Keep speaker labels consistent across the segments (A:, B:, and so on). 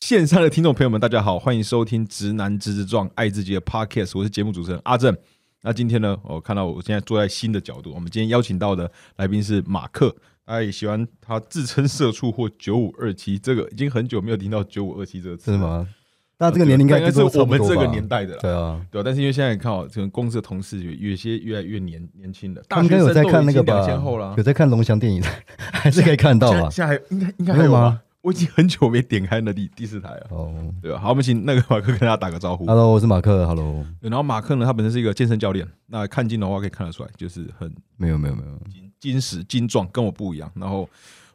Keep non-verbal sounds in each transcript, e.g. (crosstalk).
A: 线上的听众朋友们，大家好，欢迎收听《直男直直撞爱自己的 Podcast》，我是节目主持人阿正。那今天呢，我看到我现在坐在新的角度，我们今天邀请到的来宾是马克，大家也喜欢他自称社畜或九五二七，这个已经很久没有听到九五二七这个词了，
B: 是吗？那这个年龄应
A: 应
B: 该
A: 该是
B: 跟
A: 我们
B: 差不
A: 这
B: 多吧
A: 个年代的啦。
B: 对啊，
A: 对啊，但是因为现在你看哦，这个公司的同事有有些越来越年年轻的，
B: 他
A: 大
B: 们
A: 学
B: 应该
A: 生
B: 有在看那个
A: 两
B: 吧
A: 千后了啊，，
B: 有在看龙翔电影， (laughs) 还是可以看到啊
A: 现
B: 吧
A: 在？现在还应该应该还
B: 没有
A: 有吧
B: 吗？
A: 我已经很久没点开那第第四台了。
B: 哦
A: 对啊，好，我们请那个马克跟大家打个招呼。
B: ，Hello，我是马克，Hello，
A: 对然后马克呢，他本身是一个健身教练，那看镜的话可以看得出来，就是很
B: 没有没有没有，
A: 精精实精壮，跟我不一样。然后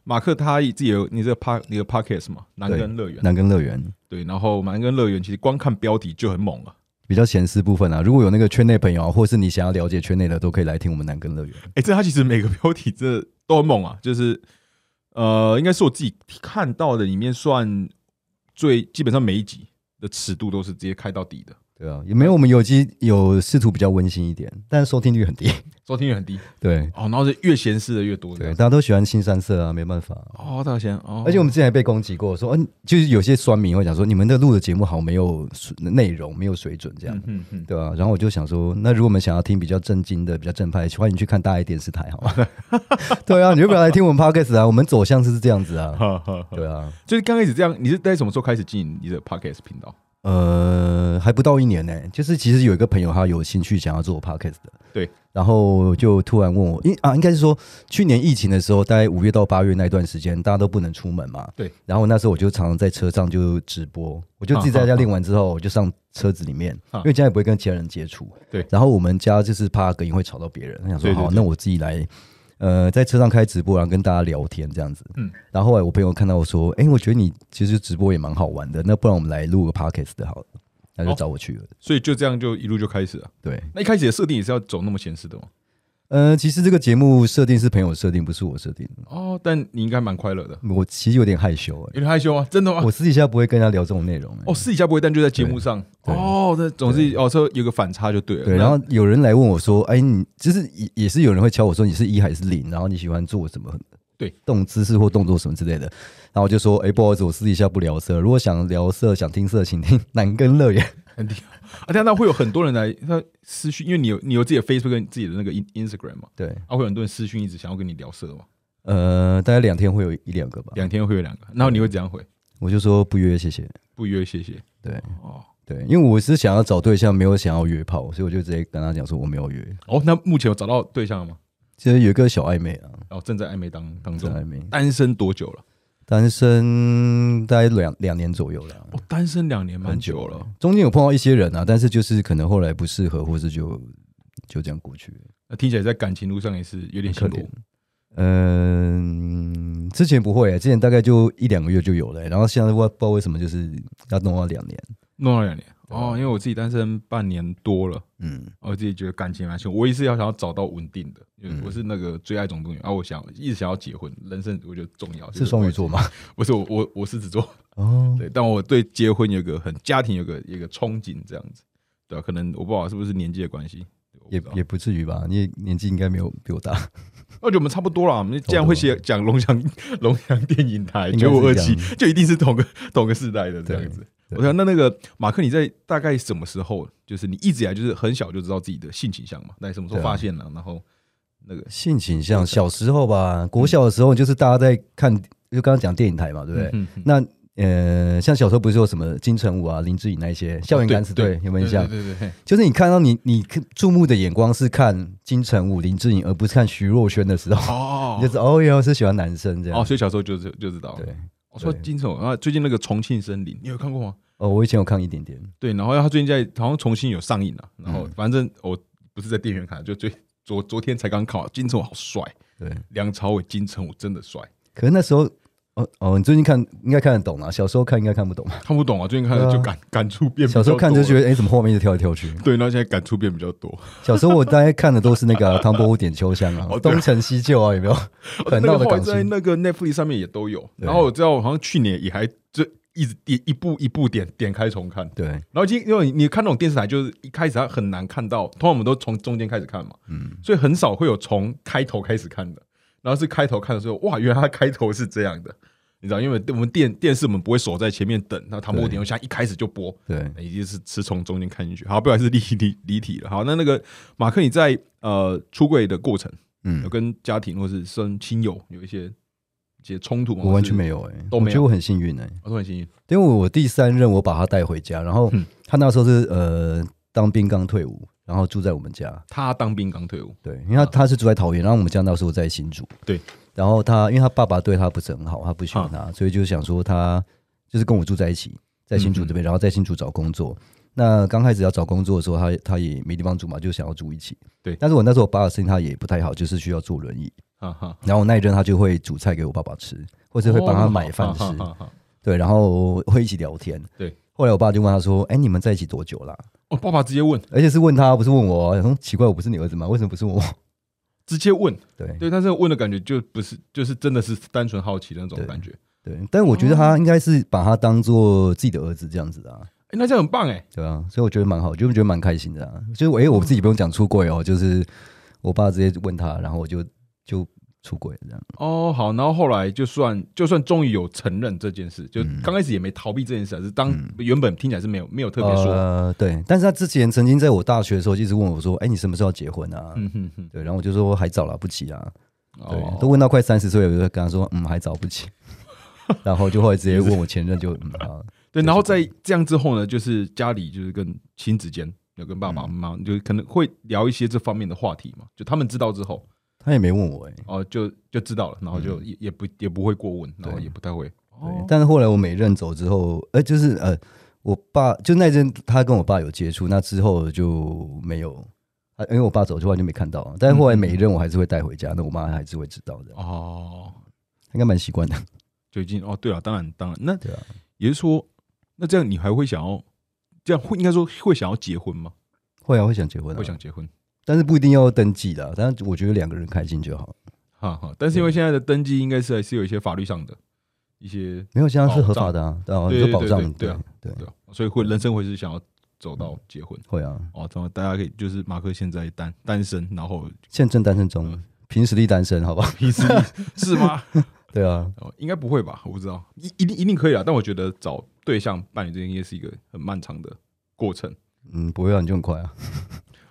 A: 马克他自己有你这个 p a r 你的 podcast 嘛，南
B: 对
A: 根乐园
B: 南根乐园
A: 对，然后南根乐园其实光看标题就很猛啊了。
B: 比较闲私部分啊，如果有那个圈内朋友啊，或是你想要了解圈内的，都可以来听我们南根乐园。
A: 哎，这他其实每个标题这都很猛啊，就是呃，应该是我自己看到的里面算最基本上每一集的尺度都是直接开到底的，
B: 对啊，也没有我们有机有试图比较温馨一点，但收听率很低。 (laughs)
A: 收听率很低
B: 对
A: 哦，然后是越闲事的越多
B: 对，
A: 的
B: 大家都喜欢新三色啊，没办法。
A: 啊哦，大贤哦，
B: 而且我们之前还被攻击过，说，嗯、就是有些酸民会讲说，你们的录的节目好没有水内容，没有水准这样。
A: 嗯嗯嗯，
B: 对啊，然后我就想说，那如果我们想要听比较正经的、比较正派，欢迎去看大爱电视台，好
A: (laughs)
B: 吗？ (laughs) 对啊，你就不要来听我们 podcast 啊，我们走向是这样子啊。
A: 哈哈哈。
B: 对啊，
A: 就是刚开始这样，你是在什么时候开始经营你的 podcast 频道？
B: 呃，还不到一年呢、就是其实有一个朋友他有兴趣想要做 podcast 的，
A: 对，
B: 然后就突然问我，因啊，应该是说去年疫情的时候，大概五月到八月那段时间，大家都不能出门嘛，
A: 对，
B: 然后那时候我就常常在车上就直播，我就自己在家练完之后，我就上车子里面，
A: 啊
B: 因为家也不会跟其他人接触，
A: 对
B: 然后我们家就是怕隔音会吵到别人，我想
A: 对
B: 说
A: 对
B: 好，
A: 对
B: 那我自己来。呃，在车上开直播，然后跟大家聊天这样子。
A: 嗯
B: 嗯，然后后来我朋友看到我说：“哎、我觉得你其实直播也蛮好玩的，那不然我们来录个 podcast 好了。”他就
A: 哦
B: 找我去了。
A: 所以就这样就一路就开始了。
B: 对，
A: 那一开始的设定也是要走那么闲适的嘛？
B: 呃，其实这个节目设定是朋友设定，不是我设定的。
A: 哦，但你应该蛮快乐的，
B: 我其实有点害羞、欸，
A: 有点害羞啊，真的吗？
B: 我私底下不会跟人家聊这种内容、欸。
A: 哦，私底下不会，但就在节目上。
B: 对
A: 哦，那总是哦，这有个反差就对了。
B: 对，
A: 那
B: 然后有人来问我说：“哎，你就是也也是有人会敲我说你是一还是零，然后你喜欢做什么？
A: 对，
B: 动姿势或动作什么之类的。”然后我就说：“哎，不好意思，我私底下不聊色。如果想聊色、想听色，请听南根乐园。
A: 很低啊，但那会有很多人来他私讯，因为你有你有自己的 Facebook 跟自己的那个 In- Instagram 嘛”，
B: 对，
A: 啊，会有很多人私讯一直想要跟你聊色嘛，
B: 呃，大概两天会有一两个吧。
A: 两天会有两个，然后你会怎样回？
B: 我就说不约，谢谢。
A: 不约谢谢。
B: 对
A: 哦
B: 对，因为我是想要找对象，没有想要约炮，所以我就直接跟他讲说我没有约。
A: 哦，那目前有找到对象了吗？
B: 其实有一个小暧昧啊，嗯
A: 哦，正在暧昧当当
B: 小
A: 中，
B: 暧昧，
A: 单身多久了？
B: 单身大概两两年左右了。
A: 哦，单身两年蛮久了。，
B: 中间有碰到一些人啊，但是就是可能后来不适合，或是就就这样过去，
A: 那听起来在感情路上也是有点
B: 很
A: 辛
B: 可
A: 苦
B: 怜。。嗯，之前不会、之前大概就一两个月就有了、然后现在不知道不知道为什么就是要弄到两年。
A: 弄了两年
B: 对啊
A: 哦，因为我自己单身半年多了，哦
B: 嗯，
A: 我自己觉得感情蛮辛苦。我也是要想要找到稳定的，因为
B: 嗯
A: 我是那个最爱总动员啊，我想一直想要结婚，人生我觉得重要。就是
B: 双鱼座吗？
A: 不是我我我狮子座，
B: (laughs) 哦，
A: 对，但我对结婚有个很家庭有个有个憧憬这样子，对啊，可能我不知道是不是年纪的关系，我不
B: 也
A: 知道
B: 也不至于吧，你也年纪应该没有比我大，
A: 我觉得我们差不多啦，我们既然会写讲龙翔龙翔电影台
B: 应该
A: 九
B: 是
A: 五二
B: 这
A: 七
B: 样，
A: 就一定是同个 (laughs) 同个世代的这样子。
B: 对
A: 我想那那个马克，你在大概什么时候，就是你一直以来就是很小就知道自己的性倾向嘛？那你什么时候
B: 对啊
A: 发现了、然后那个
B: 性倾向小时候吧，国小的时候就是大家在看，就刚刚讲电影台嘛，对不对？
A: 嗯
B: 那呃，像小时候不是有什么金城武啊、林志颖那一些校园敢死队，有没有印象？
A: 对对对
B: (laughs)
A: 对，
B: 就是你看到你你注目的眼光是看金城武、林志颖，而不是看徐若瑄的时候，
A: 哦
B: 你就知道哦，原来是喜欢男生这样。
A: 哦，所以小时候就就就知道了。
B: 对，
A: 我说
B: 对
A: 金城武啊，最近那个《重庆森林》，你有看过吗？
B: 哦，我以前有看一点点，
A: 对，然后他最近在好像重新有上映了、然后
B: 嗯
A: 反正我不是在电影院看，就最昨昨天才刚看完，金城武好帅，
B: 对，
A: 梁朝伟、金城武真的帅。
B: 可是那时候。哦哦，你最近看应该看得懂啦，啊小时候看应该看不懂。
A: 看不懂啊，最近看的
B: 对啊
A: 就感、感触变比较
B: 小
A: 多
B: 时候看就觉得，哎、怎么画面一直跳来跳去？
A: 对，然后现在感触变比较多，
B: 小时候我大概看的都是那
A: (laughs)
B: 个啊、唐伯虎点秋香》啊，
A: 哦对啊
B: 东成西就》啊，有
A: (laughs)
B: 没有？很闹
A: 那个
B: 的
A: 后来
B: 港
A: 在
B: 星。
A: 那个 Netflix 上面也都有。
B: 对
A: 然后我知道，我好像去年也还就一直点一步一步点点开重看。
B: 对，
A: 然后今因为你看那种电视台，就是一开始它很难看到，通常我们都从中间开始看嘛，
B: 嗯，
A: 所以很少会有从开头开始看的。然后是开头看的时候，哇，原来它开头是这样的，你知道，因为我们电电视我们不会守在前面等，那唐伯虎点秋香一开始就播，
B: 对，
A: 一定是是从中间看进去。好，不然是离离离题了。好，那那个马克，你在呃出柜的过程，有
B: 嗯，
A: 跟家庭或是跟亲友有一些一些冲突吗？
B: 我完全没有哎、
A: 都
B: 我
A: 没有
B: 觉得我很幸运哎、
A: 我都很幸运。
B: 因为我第三任我把他带回家，然后
A: 嗯
B: 他那时候是呃当兵刚退伍，然后住在我们家，
A: 他当兵刚退伍，
B: 对，因为他他是住在桃园，然后我们家那时候在新竹，
A: 对，啊
B: 然后他因为他爸爸对他不是很好，他不喜欢他，所以就想说他就是跟我住在一起，在新竹
A: 嗯
B: 这边，然后在新竹找工作。那刚开始要找工作的时候，他他也没地方住嘛，就想要住一起。
A: 对
B: 但是我那时候我爸的身体他也不太好，就是需要坐轮椅。
A: 哈哈，哦
B: 然后那一阵他就会煮菜给我爸爸吃，或
A: 就
B: 者会帮他买饭吃。
A: 啊
B: 对，然后会一起聊天。
A: 对，
B: 后来我爸就问他说：“哎，你们在一起多久啦、
A: 哦，爸爸直接问，
B: 而且是问他，不是问我。然后奇怪，我不是你儿子吗？为什么不是我？ (laughs)
A: 直接问，
B: 对
A: 对，但是问的感觉就不是，就是真的是单纯好奇的那种
B: 对
A: 感觉。
B: 对，但我觉得他应该是把他当做自己的儿子这样子的、啊，
A: 哎，那这样很棒哎、
B: 对啊，所以我觉得蛮好，就觉得蛮开心的、啊。就是我，哎、我自己不用讲出柜哦，就是我爸直接问他，然后我就就出轨这样。
A: 哦，好，然后后来就算就算终于有承认这件事，就
B: 嗯
A: 刚开始也没逃避这件事啊，是当原本听起来是没有没有特别说，
B: 呃，对。但是他之前曾经在我大学的时候，就一直问我说：“哎、你什么时候要结婚啊？”
A: 嗯哼哼，
B: 对，然后我就说还早了，不急啊。对，
A: 哦
B: 都问到快三十岁，我就跟他说，嗯，还早
A: (laughs)
B: 不起。然后就后来直接问我前任就，嗯啊，
A: 对，然后在这样之后呢，就是家里就是跟亲子间，有跟爸爸妈妈，就可能会聊一些这方面的话题嘛。就他们知道之后，
B: 他也没问我哎、
A: 哦、就就知道了，然后就也、也不也不会过问，然后也不太会。
B: 对
A: 嗯哦，
B: 但是后来我每任走之后，呃，就是呃，我爸就那阵他跟我爸有接触，那之后就没有，啊因为我爸走之后就没看到，但是后来每一任我还是会带回家，那我妈还是会知道的，
A: 哦，
B: 应该蛮习惯的。
A: 就已经哦，对了，当然当然，那
B: 对啊
A: 也就是说，那这样你还会想要这样会应该说会想要结婚吗？
B: 会啊，会想结婚、啊，
A: 会想，结婚，
B: 但是不一定要登记的，但是我觉得两个人开心就好。
A: 哈哈。但是因为现在的登记应该是还是有一些法律上的一些
B: 没有，现在是合
A: 保障
B: 法的啊，对啊，
A: 对
B: 你说保障，
A: 对对啊
B: 对
A: 对啊，所以会人生会是想要走到结婚。
B: 会啊，
A: 哦，怎么大家可以就是马克现在单单身，然后
B: 现在正单身
A: 嗯
B: 中，凭实力单身，好吧？
A: 意
B: (laughs)
A: 思是吗？
B: 对啊，
A: 哦，应该不会吧？我不知道，一一定一定可以啊。但我觉得找对象伴侣这件也是一个很漫长的过程。
B: 嗯，不会啊，你就很快啊。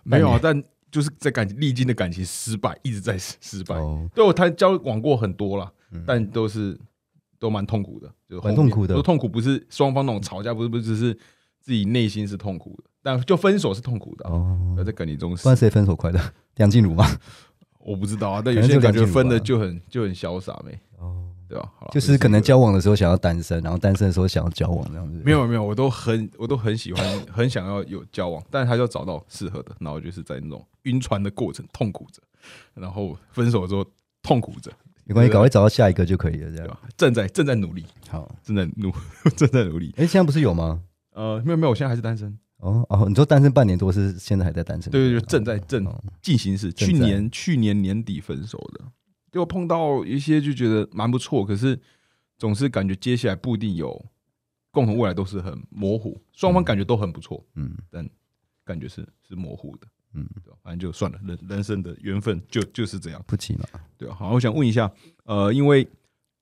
A: 没有啊，但就是在感历经的感情失败，一直在失失败。
B: 哦，嗯
A: 对我谈交往过很多啦，但都是都蛮痛苦的，就是后面
B: 蛮痛苦的
A: 都痛苦不是双方那种吵架，不是不是只是自己内心是痛苦的，但就分手是痛苦的啊。
B: 哦，
A: 要在感情中
B: 不
A: 是
B: 然谁分手快乐？ (laughs) 梁静
A: (laughs)
B: 茹嘛。
A: 我不知道啊，但有
B: 可能
A: 些人
B: 就
A: 感
B: 梁
A: 觉
B: 静茹
A: 分
B: 吧
A: 的就很就很潇洒没，
B: 哦，
A: 对吧？好啦
B: 就是可能
A: 这一个
B: 交往的时候想要单身，然后单身的时候想要交往这样子。
A: 没有没有，我都很我都很喜欢， (coughs) 很想要有交往，但是他就找到适合的，然后就是在那种晕船的过程痛苦着，然后分手之后痛苦
B: (laughs)
A: 着，
B: 没关系，赶快找到下一个就可以了。这
A: 对啊
B: 样
A: 吧？正在正在努力，
B: 好。
A: 正在努 (laughs) 正在努力。
B: 哎，现在不是有吗？
A: 呃，没有没有，我现在还是单身。
B: 哦哦，你说单身半年多是现在还在单身？
A: 对对对，
B: 哦
A: 正在正
B: 哦
A: 进行时，
B: 正
A: 去
B: 在
A: 年去年年底分手的，就碰到一些就觉得蛮不错，可是总是感觉接下来不一定有共同未来，都是很模糊，双方感觉都很不错，
B: 嗯
A: 感觉是是模糊的，
B: 嗯，
A: 对吧反正就算了，人人生的缘分就就是这样，
B: 不急嘛。
A: 对啊吧好，我想问一下，呃，因为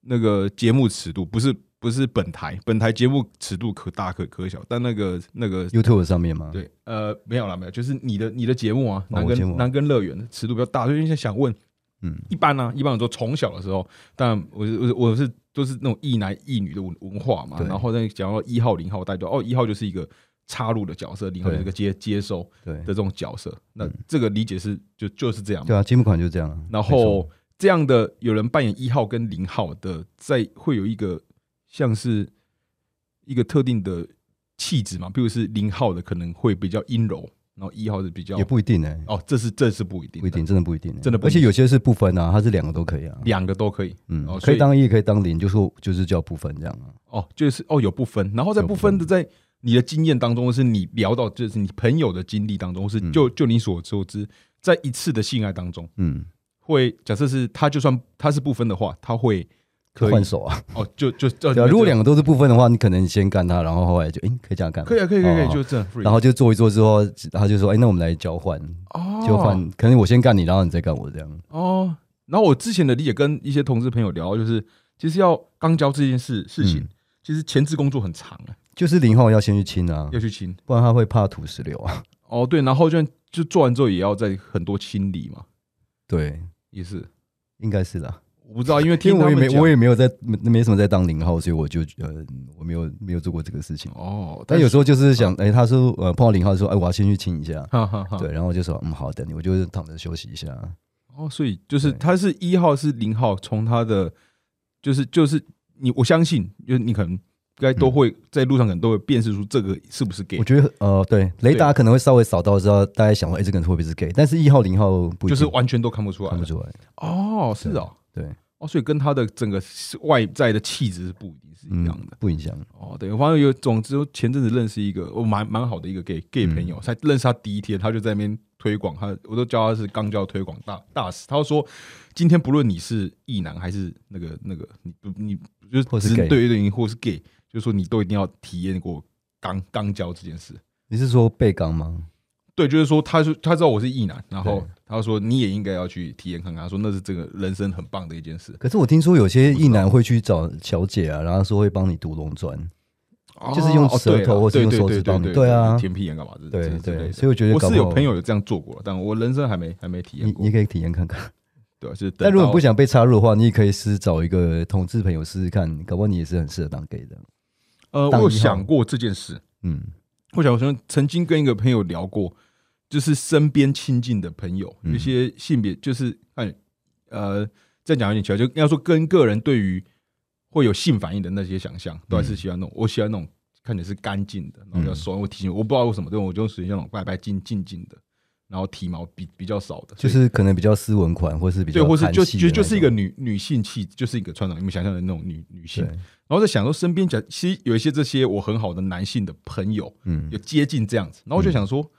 A: 那个节目尺度不是不是本台，本台节目尺度可大可可小，但那个那个
B: YouTube 上面吗？，
A: 对，呃，没有啦，没有，就是你的你的节目啊，
B: 啊哦
A: 南
B: 我节目
A: 根
B: 啊
A: 南根乐园的尺度比较大，所以想问，
B: 嗯，
A: 一般呢、啊，一般我说从小的时候，但我是我是我是都是那种一男一女的文文化嘛，
B: 对
A: 然后再讲到一号零号，大家都哦，一号就是一个插入的角色，零号就是一个接接收
B: 对
A: 的这种角色，那
B: 嗯
A: 这个理解是就就是这样嘛，
B: 对啊，积木款就这样啊。
A: 然
B: 没错
A: 后这样的有人扮演一号跟零号的，在会有一个像是一个特定的气质嘛，比如是零号的可能会比较阴柔，然后一号的比较
B: 也不一定哎，
A: 哦，这是这是不一定的，
B: 不一定，真的不一定欸，
A: 真的不
B: 而
A: 一定
B: 且有些是不分啊，它是两个都可以啊。
A: 两个都可以
B: 嗯
A: 哦，
B: 可
A: 所以
B: 以当一，可以当零，就说就是叫不分这样啊。
A: 哦，就是哦有不分，然后在
B: 有
A: 不
B: 不
A: 分
B: 分
A: 的在。你的经验当中，或是你聊到，就是你朋友的经历当中，或是
B: 嗯
A: 就就你所周知，在一次的性爱当中，
B: 嗯，
A: 会假设是他就算他是不分的话，他会可以
B: 换手啊。
A: 哦，就就就
B: 对啊，如果两个都是不分的话，你可能你先干他，然后后来就哎、诶可以这样干吗，
A: 可以啊，可以，可以，可
B: 哦
A: 以，就这样 free。
B: 然后就做一做之后，他就说哎、诶那我们来交换，
A: 哦，
B: 交换、可能我先干你，然后你再干我这样。
A: 哦。然后我之前的理解跟一些同事朋友聊，就是其实要肛交这件事事情
B: 嗯，
A: 其实前置工作很长啊，
B: 就是零号要先去清啊，
A: 要去清。
B: 不然他会怕土石流啊。 (laughs)
A: 哦，对，然后就就做完之后也要再很多清理嘛，
B: 对，
A: 也是。
B: 应该是啦，
A: 我不知道，因为
B: (laughs) 因
A: 听
B: 为我也
A: 他们
B: 没
A: 讲
B: 我也没有在没没什么在当零号，所以我就呃我没有没有做过这个事情。
A: 哦，
B: 但有时
A: 候
B: 候就是想，哎、他说呃碰到零号说，哎、我要先去清一下，
A: (laughs) 哈哈哈，
B: 对，然后我就说嗯好，等你，我就躺着休息一下。
A: 哦，所以就是
B: 对
A: 他是一号是零号，从他的就是就是你，我相信就是你可能应该都会在路上可能都会辨识出这个是不是 gay，
B: 嗯我觉得呃对，雷达可能会稍微扫到，知道大家想说，哎、这个人会不会是 gay？但是一号零号不一定
A: 就是完全都看不出来
B: 看
A: 了
B: 不。出来，
A: 哦，是哦，
B: 对，
A: 哦，所以跟他的整个外在的气质是不一定是一
B: 嗯
A: 样的。，
B: 不影响。
A: 哦，对，我发现有，总之我前阵子认识一个我蛮蛮好的一个 gay gay 朋
B: 嗯
A: 友，才认识他第一天，他就在那边推广，他我都叫他是肛交推广大大使。他就说，今天不论你是异男还是那个那个，你不你就是
B: 或是
A: 直
B: gay
A: 对对，你或是 gay，就是说你都一定要体验过肛肛交这件事。
B: 你是说被肛吗？
A: 对，就是说，他说他知道我是异男，然后
B: 对
A: 他说你也应该要去体验看看。他说那是这个人生很棒的一件事，
B: 可是我听说有些异男会去找小姐啊，然后说会帮你读龙砖，就是用
A: 哦
B: 舌
A: 对啊
B: 头或是
A: 对
B: 用
A: 对
B: 手
A: 对
B: 指
A: 对
B: 帮
A: 对
B: 你对啊
A: 舔屁眼干嘛之？之
B: 对
A: 之类
B: 对，
A: 的
B: 所以我觉得
A: 我
B: 搞
A: 是
B: 不
A: 有
B: 好
A: 朋友有这样做过，但我人生还没还没体验
B: 你
A: 过
B: 你。可以体验看看。
A: 对啊，就是等
B: 但如果
A: 到
B: 不想被插入的话，你也可以是找一个同志朋友试试看，搞不好你也是很适合当 gay 的。
A: 呃，
B: 当
A: 我有
B: 一号
A: 想过这件事，
B: 嗯，
A: 我想说曾经跟一个朋友聊过，就是身边亲近的朋友，
B: 嗯
A: 有些性别就是哎呃，这样讲有点奇怪，就要说跟个人对于会有性反应的那些想
B: 嗯
A: 象，都还是喜欢那种，我喜欢那种看起来是干净的，然后比较
B: 嗯
A: 爽，我提醒我不知道为什么，对我就属于那种白白净净净的，然后体毛比比较少的，
B: 就
A: 所以
B: 是可能比较斯文款，或是比较
A: 对，或是就
B: 韩系的
A: 就就是一个
B: 那种
A: 女女性气，就是一个穿着你们想象的那种女女性。
B: 对，
A: 然后在想说，身边讲其实有一些这些我很好的男性的朋友，
B: 嗯
A: 有，接近这样子，然后我就想说，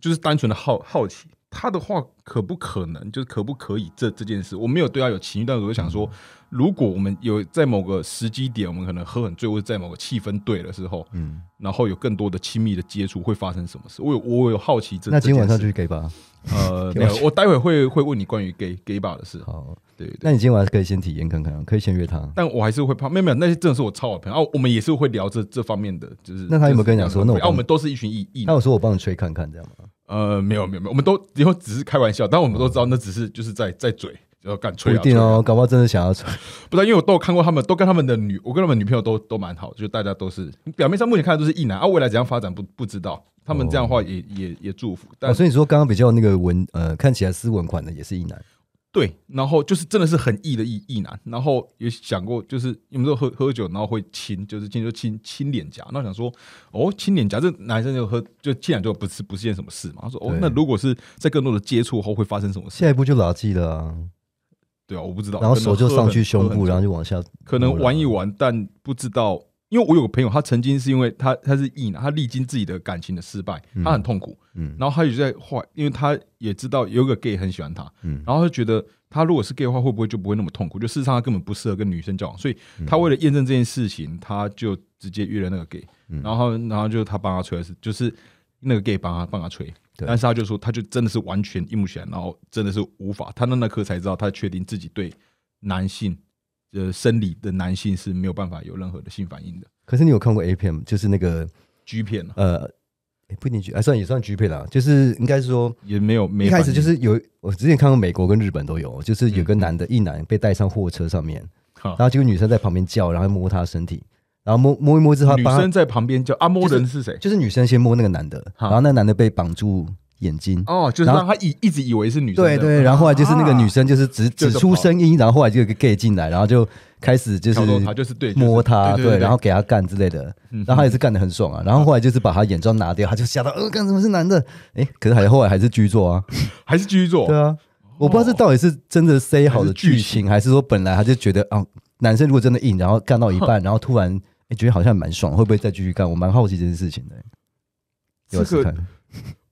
A: 就是单纯的好好奇，他的话可不可能，就是可不可以这这件事，我没有对他有情欲，但是我就想
B: 嗯
A: 说，如果我们有在某个时机点，我们可能喝很醉，或者在某个气氛对的时候，
B: 嗯，
A: 然后有更多的亲密的接触，会发生什么事？我有我有好奇这。
B: 那今天晚上
A: 这件
B: 就去
A: 事
B: gay 吧。 (laughs)
A: 呃，没有，我待会会会问你关于 gay gay 吧的事，啊
B: 好，
A: 对对对。
B: 那你今天晚上可以先体验看看，可以先约他。
A: 但我还是会怕，没有没有，那些真的是我超好朋友啊，我们也是会聊这这方面的，就是
B: 那他有没有跟你讲说那我
A: 啊，我们都是一群异异
B: 那我说我帮你吹看看，这样吗？
A: 呃，没有没有没有，我们都以后只是开玩笑，但我们都知道那只是就是在在嘴，然后干
B: 不
A: 吹
B: 一
A: 啊，
B: 定
A: 吹啊
B: 哦，搞不好真的想要吹。
A: 不知道，因为我都有看过他们，都跟他们的女，我跟他们女朋友都都蛮好，就大家都是表面上目前看来都是异男啊，未来怎样发展不不知道，他们这样的话也、也也祝福，但
B: 哦所以你说刚刚比较那个文呃，看起来斯文款的也是一男，
A: 对，然后就是真的是很异的异异男，然后也想过，就是有没有喝喝酒，然后会亲，就是亲就亲亲脸颊，那我想说，哦，亲脸颊，这男生就喝就亲脸就不是不是件什么事嘛？他说，哦
B: 对，
A: 那如果是在更多的接触后会发生什么事？
B: 下一步就拉圾了啊，
A: 对啊，我不知道。
B: 然后
A: 可能
B: 手就
A: 喝
B: 上
A: 很
B: 去胸
A: 喝很
B: 部，
A: 久
B: 然后就往下，
A: 可能玩一玩，但不知道，因为我有个朋友，他曾经是因为他他是异男，他历经自己的感情的失败，他很痛苦，
B: 嗯
A: 然后他也在坏，因为他也知道有一个 gay 很喜欢他，
B: 嗯
A: 然后他就觉得他如果是 gay 的话，会不会就不会那么痛苦？就事实上他根本不适合跟女生交往，所以
B: 嗯
A: 他为了验证这件事情，他就直接约了那个 gay，
B: 嗯
A: 然后然后就他帮他吹的是，就是那个 gay 帮他帮他吹。
B: 对
A: 但是他就说，他就真的是完全硬不起来，然后真的是无法。他那那刻才知道，他确定自己对男性，呃，生理的男性是没有办法有任何的性反应的。
B: 可是你有看过 A 片吗？就是那个
A: G 片啊，
B: 呃，诶不一定 G，啊，算也算 G 配啦，就是应该是说
A: 也没有，没
B: 一开始就是是有，我之前看过美国跟日本都有，就是有个
A: 嗯
B: 男的，一男被带上货车上面，
A: 哦
B: 然后结果女生在旁边叫，然后摸他身体，然后摸摸一摸之后，
A: 女
B: 帮
A: 生
B: 他
A: 在旁边叫阿摸
B: 就是
A: 人是谁？
B: 就是女生先摸那个男的，
A: 哈
B: 然后那男的被绑住眼睛，
A: 哦，就是
B: 然
A: 让
B: 后
A: 他以一直以为是女生
B: 对
A: 在。
B: 对，然后后来就是那个女
A: 啊
B: 生就是只
A: 就
B: 只
A: 是
B: 出
A: 跑
B: 声音，然后后来就有一个 gay 进来，然后就开始就是
A: 挑逗他就是对就是
B: 摸他，
A: 对对对嗯
B: 对，
A: 对
B: 然后给他干之类的，然后他也是干的很爽啊，然后后来就是把他眼罩拿掉，他就吓到，呃，干什么是男的？哎，可是还后来还是居座啊，
A: 还是继续做
B: 对。啊，我不知道这到底是真的 say 好的剧
A: 还是剧情
B: 情，还是说本来他就觉得啊，男生如果真的硬，然后干到一半，然后突然哎、诶觉得好像蛮爽，会不会再继续干？我蛮好奇这件事情的、
A: 这
B: 有试
A: 个
B: 看，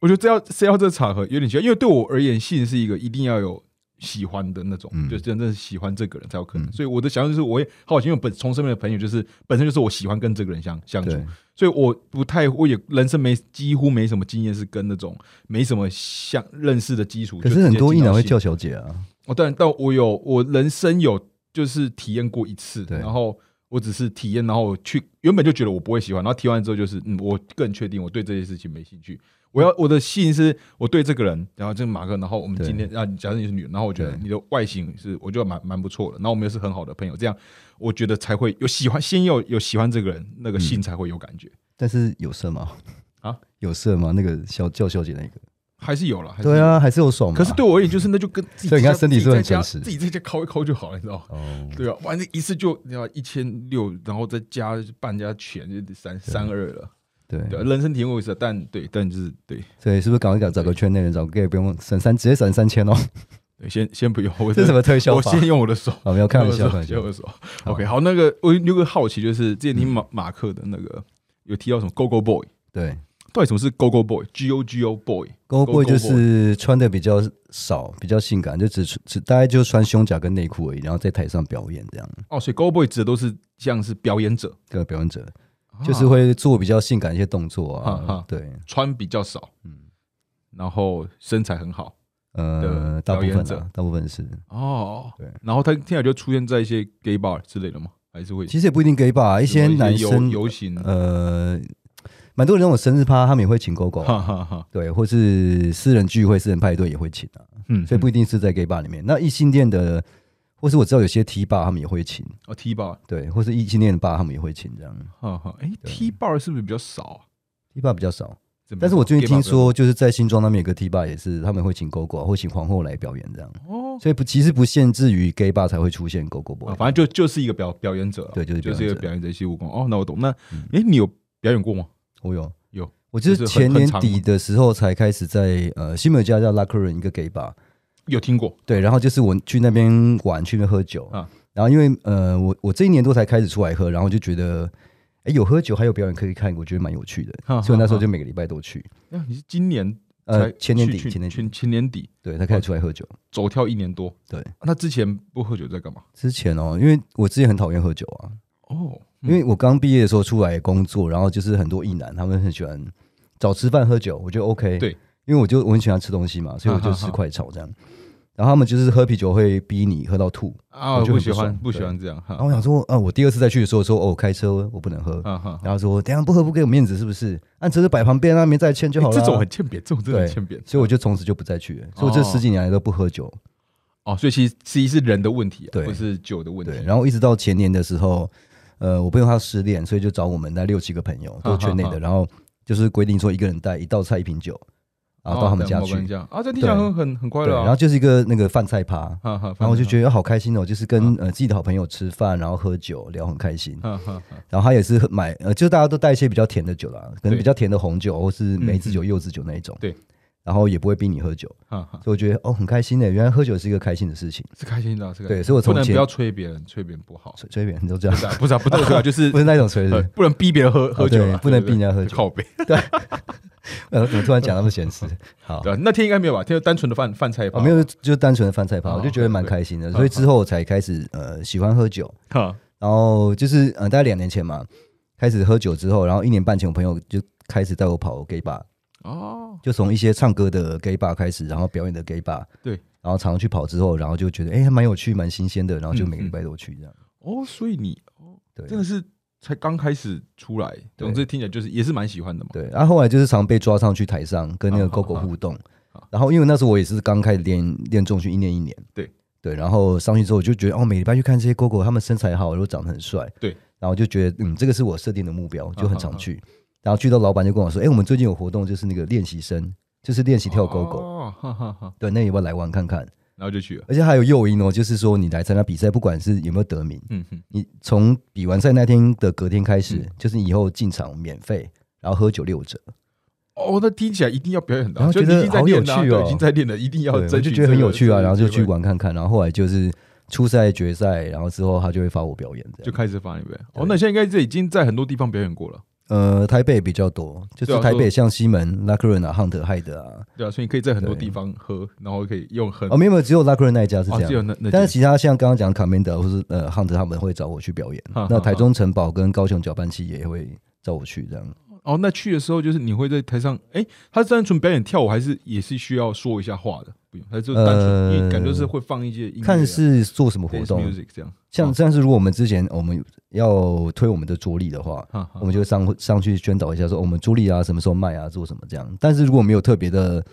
A: 我觉得这要这要这个场合有点奇怪，因为对我而言，性是一个一定要有喜欢的那种，
B: 嗯
A: 就真正是喜欢这个人才有可能。所以我的想法就是，我也好奇，因为我本从身边的朋友就是本身就是我喜欢跟这个人相相处
B: 对，
A: 所以我不太我也人生没几乎没什么经验是跟那种没什么相认识的基础。
B: 可
A: 就是直接
B: 很多
A: 进
B: 异
A: 到
B: 男会
A: 性
B: 叫小姐啊，
A: 哦，但但我有我人生有就是体验过一次，
B: 对
A: 然后我只是体验，然后去原本就觉得我不会喜欢，然后体验完之后就是，嗯，我更确定我对这件事情没兴趣。我要我的吸引是我对这个人，然后这个马克，然后我们
B: 对
A: 今天啊，假设你是女人，然后我觉得
B: 对
A: 你的外形是我觉得蛮蛮不错的，然后我们又是很好的朋友，这样我觉得才会有喜欢，先有有喜欢这个人，那个
B: 嗯
A: 性才会有感觉，
B: 但是有色吗？
A: 啊，
B: 有色吗？那个小叫小姐那个，
A: 还是有了，还是
B: 对
A: 有。
B: 啊，还是有爽嘛。
A: 可是对我而言，就是那就跟自己
B: 所以你看
A: 在家
B: 身体是不是很
A: 自己在家
B: 诚实
A: 自己在家敲一敲就好了，你知道吗？
B: 哦，
A: 对啊，反正一次就你要一千六，然后再加半加钱，就三三二了。
B: 对，
A: 对啊，人生体验过一次，但对，但就是对
B: 所以是不是赶快搞找个圈内人，找个 gay 不用省三，直接省三千哦？
A: 对，先先不用，
B: (laughs)
A: 我
B: 这是什
A: 么？
B: 么推销
A: 我
B: 法？
A: 先用我的手，
B: 啊，没有开玩笑，开玩
A: 先
B: 笑嗯
A: 用。我的手。OK，好，那个我有个好奇，就是之前听马马克的那个有提到什么 Go Go Boy，
B: 对
A: 到底什么是 Go Go Boy？G O G O Boy，
B: ，Go
A: Go
B: Boy
A: Boy
B: 就是穿的比较少，比较性感，就只只大概就穿胸甲跟内裤而已，然后在台上表演这样。
A: 哦，所以 Go Boy 指的都是像是表演者，
B: 这个表演者哦就是
A: 啊
B: 会做比较性感一些动作
A: 啊
B: 啊
A: 啊，
B: 对，
A: 穿比较少，
B: 嗯
A: 然后身材很好。
B: 呃
A: 的，
B: 大部
A: 表演
B: 分
A: 者
B: 啊，大部分是。
A: 哦，
B: 对
A: 然后他听起来就出现在一些 gay bar 之类的吗？还是会
B: 其实也不一定 gay 吧，一些
A: 有
B: 男
A: 游
B: 生
A: 游行，
B: 呃，蛮多人那种生日趴，他们也会请狗狗啊、
A: 哈哈哈，
B: 对，或是私人聚会、私人派对也会请啊，
A: 嗯，
B: 所以
A: 嗯
B: 不一定是在 gay bar 里面。那异性恋的，或是我知道有些 T bar 他们也会请，
A: 哦 T bar，
B: 对，或是异性恋的 bar 他们也会请这样。
A: 哈哈，哎
B: 对
A: T bar 是不是比较少啊？
B: T bar 比较少，
A: 怎么
B: 但是我最近
A: gay bar
B: 听
A: 比较
B: 说，就是在新庄那边有个 T bar 也是，他们会请狗狗、啊、或请皇后来表演这样，
A: 少哦，
B: 所以不其实不限制于 gay bar 才会出现狗狗
A: 啊
B: boy。
A: 反正就就是一个表表演者啊，
B: 对就是表
A: 就
B: 演者
A: 是一个表演者一些武功。哦，那我懂。那
B: 嗯
A: 哎，你有表演过吗？
B: 我有
A: 有，
B: 我就
A: 就是是很
B: 前
A: 很
B: 年
A: 长
B: 底
A: 吗
B: 的时候才开始在呃西美有家叫拉克人一个 gay bar，
A: 有听过
B: 对，然后就是我去那边玩，去那边喝酒
A: 啊
B: 然后因为呃，我我这一年多才开始出来喝，然后就觉得，哎，有喝酒还有表演可以看，我觉得蛮有趣的，
A: 哈哈
B: 所以我那时候
A: 哈
B: 就每个礼拜都去。
A: 啊你是今年
B: 呃
A: 嗯才，
B: 前年
A: 去
B: 底，
A: 去哦
B: 前年底，
A: 前前年底
B: 对，才开始出来喝酒。
A: 走跳一年多。啊
B: 对，
A: 那之前不喝酒在干嘛？
B: 之前哦，因为我之前很讨厌喝酒啊，
A: 哦，
B: 因为我刚毕业的时候出来工作，然后就是很多异男他们很喜欢找吃饭喝酒，我觉得 OK。
A: 对，嗯
B: 因为我就我很喜欢吃东西嘛，所以我
A: 哈
B: 就
A: 哈哈
B: 吃快炒这样。然后他们就是喝啤酒会逼你喝到吐，
A: 啊，
B: 我
A: 不
B: 就很不
A: 喜欢
B: 爽
A: 不喜欢这样哈
B: 然后我想说，啊，我第二次再去的时候说，哦，我开车我不能喝，
A: 哈哈。
B: 然后说等一下不喝不给我面子是不是？按车子摆旁边啊，没再欠就好了。
A: 这种很，哦欠扁，这种真的很
B: 对
A: 欠扁。
B: 所以我就从此就不再去了。所以我这十几年来都不喝酒。
A: 哦，所以其实其实是人的问题、啊，
B: 对
A: 不是酒的问
B: 对，
A: 题。啊
B: 然后一直到前年的时候，呃，我朋友他失恋，所以就找我们那六七个朋友，都是圈内
A: 哈哈
B: 的，然后就是规定说一个人带一道菜一瓶酒，然后到他
A: 哦
B: 们家
A: 到
B: 去
A: 他。们啊，这听起来很很很快
B: 对，
A: 乐、啊。
B: 然后就是一个那个饭菜趴，
A: 哈哈，
B: 然后我就觉
A: 得，
B: 得好开心哦，就是
A: 嗯
B: 跟呃自己的好朋友吃饭，然后喝酒聊很开心。
A: 哈哈哈，
B: 然后他也是喝买，呃，就是大家都带一些比较甜的酒啦，可能
A: 对嗯
B: 比较甜的红酒或是梅子酒、柚子酒那一种。
A: 对。
B: 然后也不会逼你喝酒，
A: 哈哈，
B: 所以我觉得哦很开心的，原来喝酒是一个开心的事情。
A: 是开心的啊，是开心的。
B: 对，所以我
A: 不
B: 从
A: 能不
B: 前
A: 要催别人，催别人不好。
B: 吹吹扁都这
A: 不
B: 样，
A: 是啊，不是啊，不是啊，就是
B: (laughs) 不是那种吹
A: 呃
B: 的。哦
A: 不能逼别人喝喝酒啊，
B: 对不能
A: 对
B: 逼人家
A: (laughs)
B: 喝酒
A: 靠背。
B: 呃，怎么突然讲那么闲事？好，
A: (laughs) 对啊，那天应该没有吧？天单纯的饭饭菜吧？
B: 哦，没有，就单纯的饭菜趴，
A: 哦
B: 我就觉得蛮
A: 对
B: 开心的，
A: 嗯
B: 所以之后我才开始呃喜欢喝酒，
A: 哈，
B: 然后就是呃大概两年前嘛，开始喝酒之后，然后一年半前我朋友就开始带我跑 gay bar，
A: 哦，
B: 就从一些唱歌的 gay bar 开始，然后表演的 gay bar，
A: 对，
B: 然后常常去跑之后，然后就觉得哎、还蛮有趣，蛮新鲜的，然后就
A: 嗯
B: 每个
A: 嗯
B: 礼拜都去这样，
A: 哦，所以你哦，
B: 对，
A: 真的是才刚开始出来，总之听起来就是也是蛮喜欢的嘛。
B: 对，啊然、后后来就是常被抓上去台上跟那个
A: 啊
B: GoGo
A: 啊
B: 互动
A: 啊，
B: 然后因为那时候我也是刚开始练练重训，一年一年，
A: 对
B: 对，然后上去之后我就觉得哦，每礼拜去看这些 GoGo，他们身材好，又长得很帅，
A: 对，
B: 然后就觉得嗯，这个是我设定的目标，就很
A: 啊啊
B: 常
A: 啊
B: 去，然后去到老板就跟我说，哎，我们最近有活动，就是那个练习生，就是练习跳 GoGo，、
A: 哦，哈哈哈，
B: 对，那你要不要来玩看看？
A: 然后就去了。
B: 而且还有诱因哦，就是说你来参加比赛，不管是有没有得名，
A: 嗯哼，
B: 你从比完赛那天的隔天开始，
A: 嗯
B: 就是你以后进场免费，然后喝酒六折。
A: 哦，那听起来一定要表演的啊，
B: 然后
A: 就
B: 觉
A: 已
B: 得
A: 经在
B: 好有
A: 练了啊，
B: 趣
A: 对
B: 哦
A: 已经在练了，一定要
B: 对
A: 争
B: 我
A: 取这
B: 就
A: 个。
B: 觉得很有趣啊，
A: 这个
B: 然后就
A: 机
B: 去
A: 会
B: 玩看看，然后后来就是初赛、决赛，然后之后他就会发我表演这
A: 就
B: 样。
A: 开始发你呗。哦，
B: 对
A: 那现在应该是已经在很多地方表演过了，
B: 呃，台北比较多，就
A: 对
B: 是
A: 啊
B: 台
A: 说
B: 北像西门、拉克润啊、汉德、海德啊，
A: 对啊，所以你可以在很多地方喝，然后可以用很
B: 哦，没有没有，只有拉克润那一家是
A: 哦
B: 这
A: 只有
B: 样。
A: 那那
B: 但是
A: 间
B: 其他像刚刚讲卡梅德或是呃汉德他们会找我去表演
A: 哈哈，
B: 那
A: 哈
B: 台中城堡跟高雄搅拌器也会找我去这样。
A: 哦，那去的时候就是你会在台上，哎，他是单纯表演跳舞，还是也是需要说一下话的？不用，他就单纯因为感觉
B: 呃
A: 是会放一些音乐啊，
B: 看是做什么活
A: dance
B: 动，
A: music 这样，
B: 像
A: 哦
B: 像是如果我们之前我们要推我们的桌历的话，
A: 哈哈
B: 我们就上上去宣导一下，说哦我们桌历啊什么时候卖啊，做什么这样。但是如果没有特别的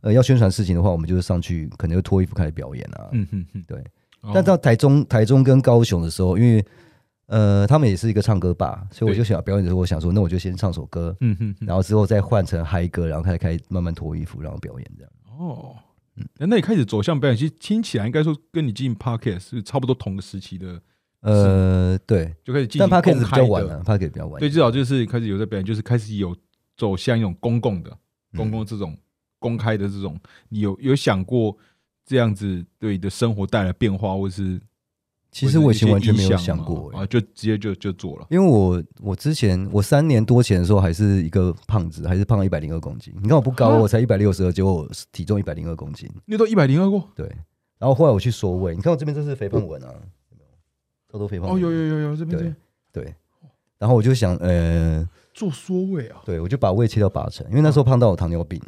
B: 呃要宣传事情的话，我们就是上去可能就脱衣服开始表演啊。
A: 嗯哼哼，
B: 对
A: 哦，
B: 但到台中台中跟高雄的时候，因为呃他们也是一个唱歌吧，所以我
A: 对
B: 就想表演的时候，我想说那我就先唱首歌，
A: 嗯哼哼，
B: 然后之后再换成嗨歌，然后开始开慢慢脱衣服，然后表演这样。
A: 哦，那你开始走向表演，其实听起来应该说跟你进 podcast 是差不多同个时期的，
B: 呃，对，
A: 就开始进
B: 但
A: 行
B: p a r k
A: 公
B: e 比
A: 开
B: 较晚
A: 的，
B: 了 p a r k e 比较晚。
A: 对，至少就是开始有在表演，就是开始有走向一种公共的、
B: 嗯
A: 公共这种公开的这种，你有有想过这样子对你的生活带来变化，或是
B: 其实
A: 或
B: 我
A: 是一
B: 以前
A: 些
B: 完全
A: 意
B: 没有
A: 向
B: 想
A: 吗
B: 过、欸
A: 啊，就直接就就做了，
B: 因为我我之前我三年多前的时候还是一个胖子，还是胖了一百零二公斤。你看我不高，
A: 啊
B: 我才一百六十二，结果我体重一百零二公斤。
A: 你都一百零二过，
B: 对，然后后来我去缩胃，你看我这边这是肥胖纹啊，有没有超多肥胖
A: 哦，
B: 纹。
A: 有有有有这边这
B: 对
A: 边
B: 对，然后我就想，呃，
A: 做缩位啊，
B: 对我就把胃切掉八成，因为那时候胖到有糖尿病。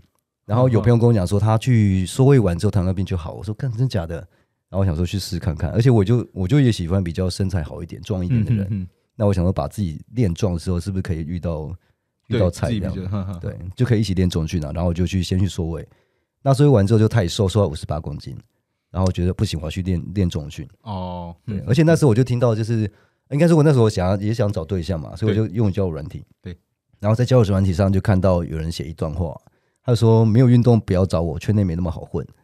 B: 然
A: 啊
B: 后有朋友跟我讲说，他去缩胃完之后糖尿病就好。我说干真假的？然后我想说去试试看看，而且我就我就也喜欢比较身材好一点、壮一点的人。
A: 嗯，
B: 那我想说把自己练壮的时候，是不是可以遇到遇
A: 对
B: 到
A: 自
B: 菜
A: 己
B: 这
A: 比
B: 样？
A: 较，哈哈，
B: 对，就可以一起练重训啊了。然后我就去先去缩胃，那缩胃完之后就太瘦，瘦到五十八公斤，然后觉得不行，我要去练练重训。
A: 哦，
B: 对，啊
A: 嗯
B: 而且那时候我就听到，就是应该是我那时候我想要也想找对象嘛，所以我就用交友软体。
A: 对，
B: 然后在交友软体上就看到有人写一段话，他说没有运动不要找我，圈内没那么好混。
A: (laughs)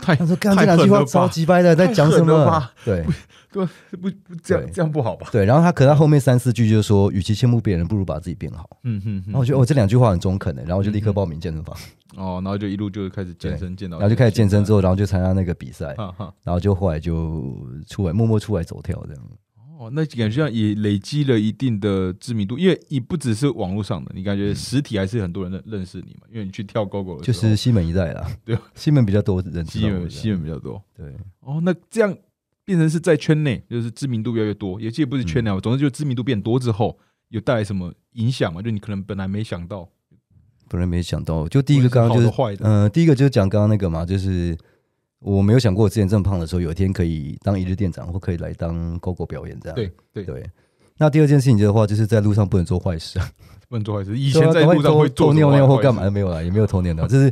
A: 太
B: 他说干这
A: 太
B: 两句
A: 狠
B: 话
A: 了
B: 超
A: 吧
B: 级掰的，在
A: 太
B: 讲什
A: 狠了
B: 么
A: 吧？
B: 对
A: 对，不不这样
B: 对
A: 这样不好吧？ (laughs)
B: 对，然后他可能他后面三四句就是说，与其羡慕别人，不如把自己变好。
A: 嗯哼
B: 然
A: 哼
B: 后我觉得哦，这两句话很中肯的，然后我就立刻报名健身房，
A: 哦，然后就一路就开始健身，健到
B: 然后就开始健身之
A: 后，
B: 后，然后就参加那个比赛，
A: 哈哈。
B: 然后就后来就出来默默出来走跳这样。
A: 哦，那感觉上也累积了一定的知名度，因为你不只是网络上的，你感觉实体还是很多人认认识你嘛，因为你去跳高狗
B: 嗯就
A: 的时候，
B: 是西门一带啦，
A: (laughs) 对，
B: 西门比较多人知
A: 吸
B: 道我
A: 引
B: 这样
A: 吸引比较多。
B: 对，
A: 哦，那这样变成是在圈内，就是知名度越来越多，也其实不是圈
B: 嗯
A: 内，哦总之就知名度变多之后，有带来什么影响嘛？就你可能本来没想到，
B: 本来没想到，就第一个
A: 或者
B: 刚刚就是是
A: 好的坏的，
B: 呃，第一个就是讲刚刚那个嘛，就是我没有想过我之前这么胖的时候，有一天可以当一日店长，或可以来当狗狗表演这样。
A: 对对，
B: 嗯对。那第二件事情的话，就是在路上不能做坏事。
A: 不能做坏事。以前在
B: 对啊
A: 路上会做
B: 偷
A: 什
B: 偷
A: 么
B: 尿尿
A: 坏
B: 或
A: 事
B: 干嘛，呃没有啦，也没有偷尿
A: (laughs)
B: 尿，就是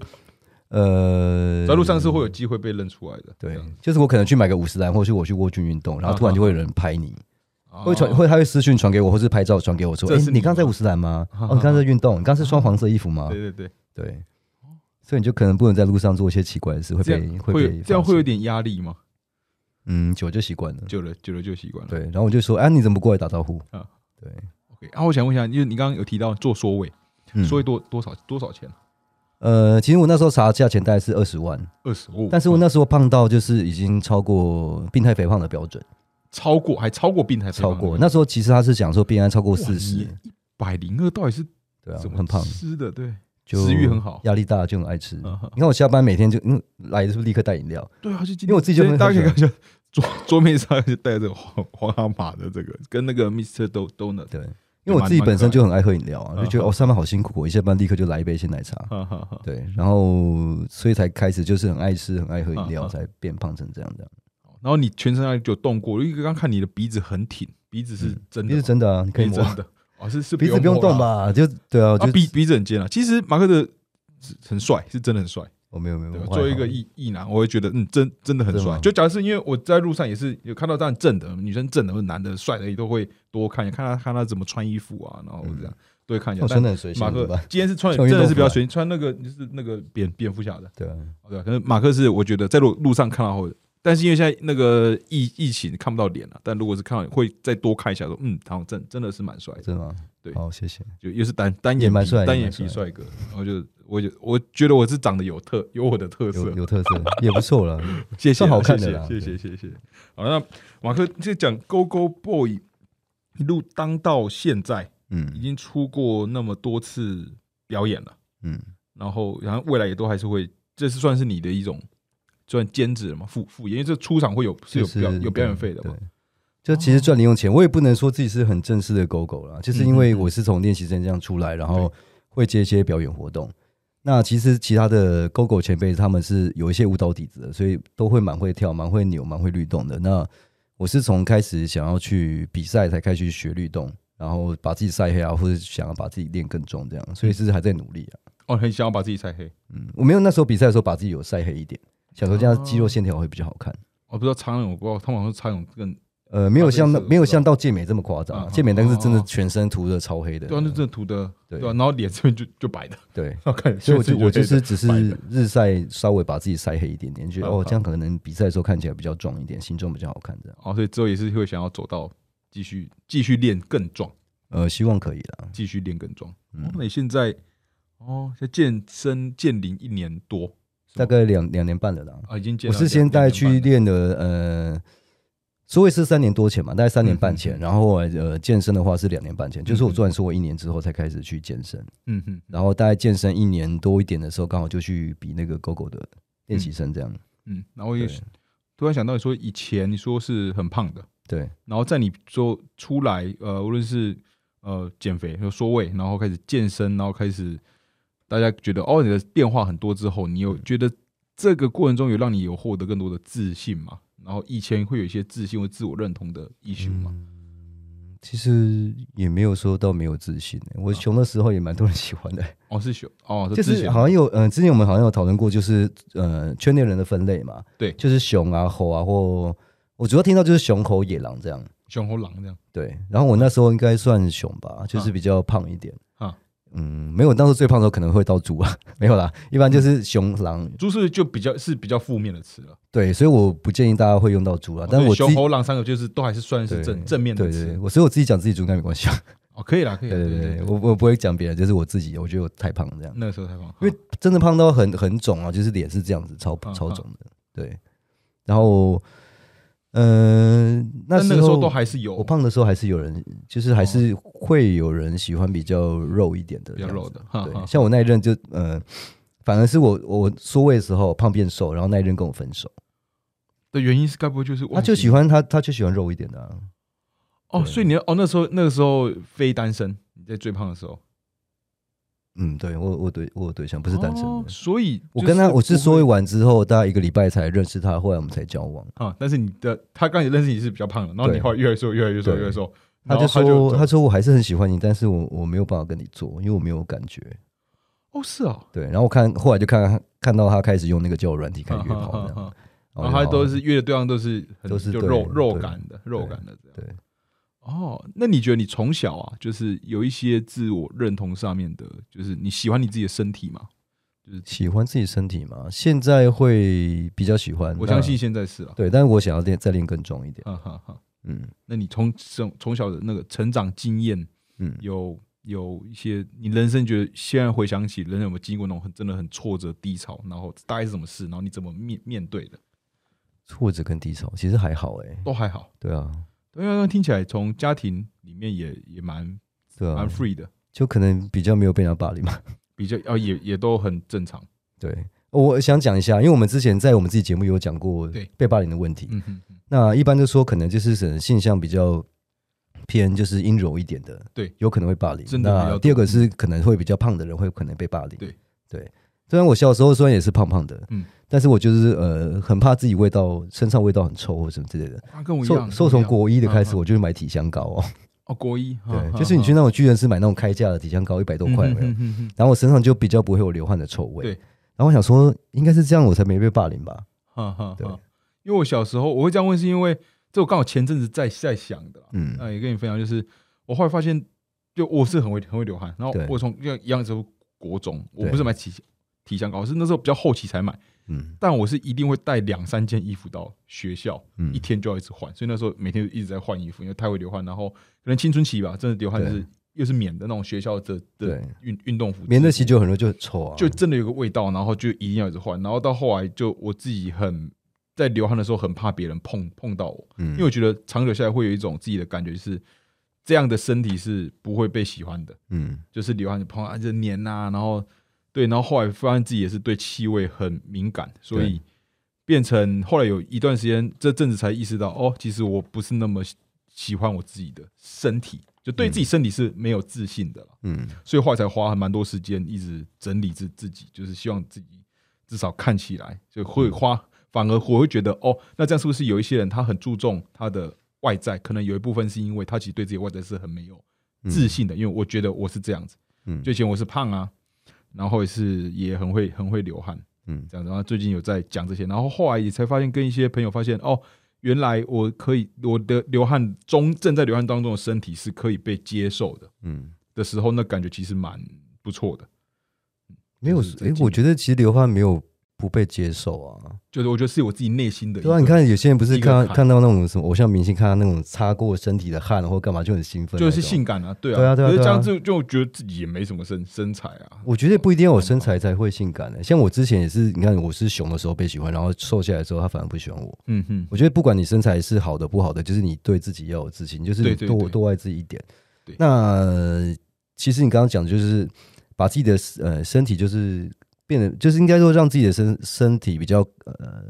B: 呃，
A: 在路上是会有机会被认出来的。
B: 对
A: 这样，
B: 就是我可能去买个五十兰，或是我去沃郡运动，然后突然就会有人拍你，
A: 啊
B: 会传会他会私讯传给我，或是拍照传给我说，
A: 这
B: 哎，
A: 是
B: 你
A: 你
B: 刚才
A: 吗
B: 五十
A: (laughs)
B: 兰吗？
A: 哈
B: 哦，你刚才在运动，你刚才是穿黄色衣服吗？
A: 哦 (laughs) 对对对，
B: 对，所以你就可能不能在路上做一些奇怪的事，会
A: 这
B: 被
A: 样
B: 会被
A: 有这样
B: 发现
A: 会有点压力吗？
B: 嗯，久就习惯了。
A: 久了久了就习惯了。
B: 对，然后我就说，哎、你怎么不过来打招呼？
A: 啊
B: 对，
A: OK，啊，我想问一下，因为你刚刚有提到做缩尾，
B: 嗯
A: 缩尾多多少多少钱？
B: 呃，其实我那时候查价钱大概是二十万，
A: 二十五，
B: 但是我那时候胖到就是已经超过病态肥胖的标准，
A: 超过还超过嗯病态肥
B: 超
A: 胖
B: 过那时候其实他是讲说病安超过四十，
A: 一百零二到底是
B: 对啊
A: 怎，么
B: 很胖，嗯
A: 吃的？对，
B: 就
A: 食欲很好
B: 压力大就很爱吃。
A: 啊哈
B: 你看我下班每天就嗯来的时候立刻带饮料，
A: 对啊，就今天
B: 因为我自己就
A: 今天
B: 很
A: 大家可以
B: 很
A: 看一下桌桌面上就带着黄 (laughs) 黄阿玛的这个，跟那个 Mr. Do Donut，
B: 对，因为我自己本身就很爱喝饮料啊，
A: 蛮
B: 就觉
A: 啊
B: 得
A: 哈
B: 哦上班好辛苦，我一下班立刻就来一杯鲜奶茶，
A: 哈哈哈。
B: 对，然后所以才开始就是很爱吃、很爱喝饮
A: 啊
B: 料，
A: 哈
B: 才变胖成这样的。
A: 然后你全身上就有动过，因为刚刚看你的鼻子很挺，鼻子是真
B: 鼻
A: 的
B: 子
A: 吗，
B: 真的啊，你可以
A: 鼻子
B: 摸
A: 真，的， (laughs) 哦，是是
B: 鼻子不用
A: 摸啦
B: 动？吧？就对啊，
A: 啊，
B: 就
A: 鼻鼻子很尖啊。其实马克的很帅，是真的很帅。
B: 我哦没有没有
A: 对
B: 我
A: 吧，
B: 还好
A: 作为一个异异男，我会觉得嗯，真真的很
B: 嗯真的
A: 帅。
B: 吗
A: 就假如是因为我在路上也是有看到这样正的女生正的或者男的帅的，也都会多看一下，看他看他怎么穿衣服啊，然后这样都会看一下。
B: 我
A: 但
B: 嗯哦穿的很随性，
A: 马
B: 怎么
A: 克
B: 办？
A: 今天是穿真
B: 穿运动
A: 的是比较
B: 服啊
A: 随意，穿那个就是那个蝙蝙蝠侠的，
B: 对啊，
A: 哦对吧？可能马克是我觉得在路路上看到会，但是因为现在那个疫疫情看不到脸了，啊但如果是看到会再多看一下，说嗯，好像真真的是蛮帅的。
B: 真的吗？
A: (laughs) 对
B: 好，谢谢。
A: 就又是单单
B: 也
A: 眼
B: 蛮
A: 皮
B: 帅也
A: 单
B: 蛮
A: 眼皮
B: 帅
A: 帅哥，然后就我就我觉得我是长得有特有我的特色
B: 有，有特色，也不错嗯了。
A: 谢谢啦，
B: 算好看的啦
A: 谢谢谢谢谢谢。好，那马克这讲 Go Go Boy 一路当到现在，已
B: 嗯
A: 经出过那么多次表演了，
B: 嗯，
A: 然后然后未来也都还是会，这是算是你的一种算兼职了嘛，副副业，因为这出场会有是有
B: 就是
A: 表有表演费的嘛
B: 对，就其实赚零用钱，我也不能说自己是很正式
A: 嗯
B: 的狗狗啦，就是因为我是从练习生这样出来，然后会接一些表演活动。那其实其他的 GoGo 前辈他们是有一些舞蹈底子的，所以都会蛮会跳、蛮会扭、蛮会律动的。那我是从开始想要去比赛才开始去学律动，然后把自己晒黑啊，或者想要把自己练更重这样，所以是还在努力啊。
A: 哦，很想要把自己晒黑。
B: 嗯，我没有那时候比赛的时候把自己有晒黑一点，想说这样
A: 哦
B: 肌肉线条会比较好看。
A: 我不知道苍蝇，我不知道通常是苍蝇更，
B: 呃，没有像
A: 啊
B: 那
A: 这个是
B: 没有像到健美这么夸张
A: 嗯
B: 啊，
A: 嗯
B: 健美那个是真的全身涂的超黑的
A: 对啊，，那真的涂的，
B: 对
A: 对啊，然后脸这边就就白
B: (laughs)
A: 的， (laughs)
B: 对。
A: 然后看，
B: 所以我就我就是只
A: 白
B: 是
A: 的
B: 日晒稍微把自己晒黑一点点，觉
A: 嗯
B: 得
A: 嗯
B: 哦这样可能比赛的时候看起来比较壮一点，形状比较好看这样。
A: 哦，所以之后也是会想要走到继续继续练更壮，
B: 呃，希望可以啦。
A: 继续练更壮。嗯哦
B: 嗯，
A: 那你现在哦，在健身健龄一年多是吗
B: 大概两两年半了啦。
A: 啊，已经健
B: 我
A: 了
B: 是先
A: 两
B: 带
A: 两年半
B: 去
A: 了
B: 练的，呃，所谓是三年多前嘛，大概三年半
A: 嗯
B: 前，
A: 嗯
B: 然后呃健身的话是两年半前，就是我做完说我一年之后才开始去健身，
A: 嗯嗯，
B: 然后大概健身一年多一点的时候，刚好就去比那个狗狗的练习生这样。
A: 嗯，然后也
B: 对
A: 是突然想到，你说以前你说是很胖的，
B: 对，
A: 然后在你做出来，呃，无论是呃减肥、就缩胃，然后开始健身，然后开始大家觉得哦你的变化很多之后，你
B: 嗯
A: 有觉得这个过程中有让你有获得更多的自信吗？然后以前会有一些自信或自我认同的 issue 吗？
B: 嗯其实也没有说到没有自信欸、我穷的时候也蛮多人喜欢的、
A: 哦，是啊 (laughs) 有哦，
B: 就
A: 自
B: 是
A: 信
B: 好像有，嗯、之前我们好像有讨论过，就是呃，圈内人的分类嘛，
A: 对
B: 就是熊啊、猴啊，或我主要听到就是熊、猴、野狼这样，
A: 熊猴狼这样，
B: 对。然后我那时候应该算熊吧，就是比较胖一点，
A: 啊
B: 嗯，没有，那时候最胖的时候可能会到猪啊， (laughs) 没有啦，一般
A: 嗯
B: 就是熊、狼，
A: 猪是就比较是比较负面的词了。
B: 对，所以我不建议大家会用到猪啦，啊但
A: 哦所
B: 是
A: 以
B: 我自
A: 熊
B: 己
A: 猴狼三个就是都还是算是正正面的
B: 对对对，
A: 词
B: 我所以我自己讲自己猪应该没关系啊，
A: 哦，可以啦，可以啦，
B: 对对
A: 对
B: 对，，我我不会讲别人，就是我自己，我觉得我太胖了这样。
A: 那个时候太胖，
B: 因为真的胖到很很肿啊，就是脸是这样子超
A: 嗯
B: 超肿的，对。然后，嗯、那
A: 但
B: 时
A: 那
B: 候
A: 个时候都还是有
B: 我胖的时候，还是有人，就是还是会有人喜欢比较肉一点的，
A: 比较肉的，嗯哈
B: 这样子。
A: 哈
B: 对，像我那一任就呃，反而是我我缩胃的时候胖变瘦，然后那一任跟我分手，
A: 的原因是该不会就是忘
B: 他就
A: 记
B: 喜欢他他就喜欢肉一点的啊、
A: 哦，所以你哦那时候那个时候非单身，你在最胖的时候
B: 嗯，对我我对我有对象不是单身的。
A: 哦所以
B: 我跟他，我是
A: 说
B: 说完之后，大概一个礼拜才认识他，后来我们才交往。
A: 啊，但是你的他刚开始认识你是比较胖的，然后你
B: 对
A: 后来越来越瘦，越来越瘦，
B: 对
A: 越来越瘦，
B: 他
A: 然
B: 就
A: 后
B: 说，
A: 他
B: 他说我还是很喜欢你，但是我我没有办法跟你做，因为我没有感觉。
A: 哦是哦，
B: 对，然后我看后来就看看到他开始用那个交友软体开始约
A: 哈
B: 炮
A: 哈
B: 这样，
A: 哈然后他都是约的对象都是很
B: 哦都是
A: 就
B: 对
A: 肉肉
B: 对
A: 感的肉感的这样。
B: 对
A: 哦，那你觉得你从小啊，就是有一些自我认同上面的，就是你喜欢你自己的身体吗？
B: 喜欢自己身体嘛，现在会比较喜欢。
A: 我
B: 那
A: 相信现在是啊，
B: 对，但是我想要练再练更重一点。
A: 哈哈哈。
B: 嗯
A: 那你从从从小的那个成长经验，
B: 嗯，
A: 有有一些你人生觉得现在回想起，人生有没有经过那种很真的很挫折低潮，然后大概是什么事，然后你怎么面面对的，
B: 挫折跟低潮其实还好哎、
A: 都还好。
B: 对啊
A: 因为听起来从家庭里面也也蛮
B: 对啊
A: 蛮，free 的，
B: 就可能比较没有被人家霸凌嘛。
A: 比较啊也也都很正常。
B: 对，我想讲一下，因为我们之前在我们自己节目有讲过
A: 对
B: 被霸凌的问题。
A: 嗯哼，嗯
B: 那一般就说可能就是可能性向比较偏就是阴柔一点的，
A: 对，
B: 有可能会霸凌。
A: 真的比较
B: 那
A: 多
B: 第二个是可能会比较胖的人会可能被霸凌。
A: 对
B: 对，虽然我小时候虽然也是胖胖的，
A: 嗯
B: 嗯，但是我就是呃很怕自己味道身上味道很臭或什么之类的。
A: 啊跟我一样，
B: 受
A: 跟
B: 受
A: 我
B: 从
A: 一样
B: 国一的开
A: 嗯
B: 始，我就会买体香膏哦，
A: 哦国一，
B: 对，就是
A: 啊
B: 你去那种屈臣氏买那种开价的体香膏，一百多
A: 嗯
B: 块有没有，
A: 有？
B: 然后我身上就比较不会有流汗的臭味。
A: 对
B: 然后我想说应该是这样，我才没被霸凌吧？
A: 哈哈，
B: 对
A: 哈因为我小时候我会这样问，是因为这我刚好前阵子在在想的啦，
B: 嗯，
A: 那也跟你分享，就是我后来发现，就我是很会很会流汗，然后
B: 对
A: 我从一样一样时候国中，我
B: 对
A: 不是买体体香膏，是那时候比较后期才买，
B: 嗯
A: 但我是一定会带两三件衣服到学校，
B: 嗯
A: 一天就要一直换，所以那时候每天一直在换衣服，因为太会流汗，然后可能青春期吧，真的流汗
B: 对
A: 就是又是棉的那种学校的的
B: 对
A: 运运动服，
B: 棉的其实就很容易就很臭啊，
A: 就真的有个味道，然后就一定要一直换，然后到后来就我自己很在流汗的时候很怕别人碰碰到我，
B: 嗯
A: 因为我觉得长久下来会有一种自己的感觉是这样的身体是不会被喜欢的，
B: 嗯。
A: 就是流汗就碰啊就黏啊，然后对，然后后来发现自己也是对气味很敏感，所以变成后来有一段时间这阵子才意识到哦，其实我不是那么喜喜欢我自己的身体，就对自己身体是没有自信的啦。
B: 嗯
A: 所以后来才花蛮多时间一直整理自自己，就是希望自己至少看起来就会花，反而我会觉得哦，那这样是不是有一些人他很注重他的外在？可能有一部分是因为他其实对自己外在是很没有自信的，因为我觉得我是这样子，
B: 嗯
A: 就以前我是胖啊，然后也是也很会很会流汗，
B: 嗯
A: 这样子。然后最近有在讲这些，然后后来也才发现，跟一些朋友发现哦，原来我可以我的流汗中正在流汗当中的身体是可以被接受的。
B: 嗯，
A: 的时候，那感觉其实蛮不错的。
B: 没有
A: 就是这
B: 诶，
A: 几
B: 我
A: 年
B: 觉得其实流汗没有不被接受啊。
A: 就是我觉得是我自己内心的一个。
B: 对啊，你看有些人不是
A: 一个
B: 看
A: 坎
B: 看到那种什么偶像明星，看到那种擦过身体的汗或干嘛就很兴奋，
A: 就是。性感啊，对啊，
B: 对啊对啊
A: 可是这样就
B: 对
A: 就觉得自己也没什么身身材啊。
B: 我觉得不一定要有身材才会性感的、像我之前也是，你看我是熊的时候被喜欢，然后瘦下来之后他反而不喜欢我。
A: 嗯哼，
B: 我觉得不管你身材是好的不好的，就是你对自己要有自信，就是你
A: 对
B: 多
A: 对对
B: 多爱自己一点。
A: 对
B: 那呃其实你刚刚讲的就是把自己的呃身体就是变得，就是应该说让自己的身身体比较呃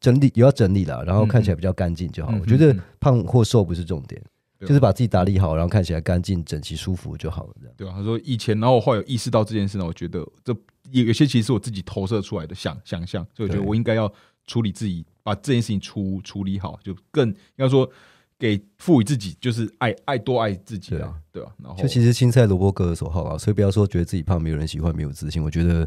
B: 整理，也要整理啦，然后看起来比较干净就
A: 嗯
B: 好。
A: 哼
B: 我觉得
A: 嗯哼
B: 胖或瘦不是重点，
A: 对啊
B: 就是把自己打理好，然后看起来干净、整齐、舒服就好了。这样，
A: 对啊，他说以前，然后我后来有意识到这件事呢，我觉得这有有些其实是我自己投射出来的想想象，所以我觉得
B: 对
A: 我应该要处理自己，把这件事情处处理好，就更应该说给赋予自己就是爱爱多爱自己啊，对啊，然后
B: 就其实青菜萝卜各有所好啊，所以不要说觉得自己胖没有人喜欢，没有自信。我觉得，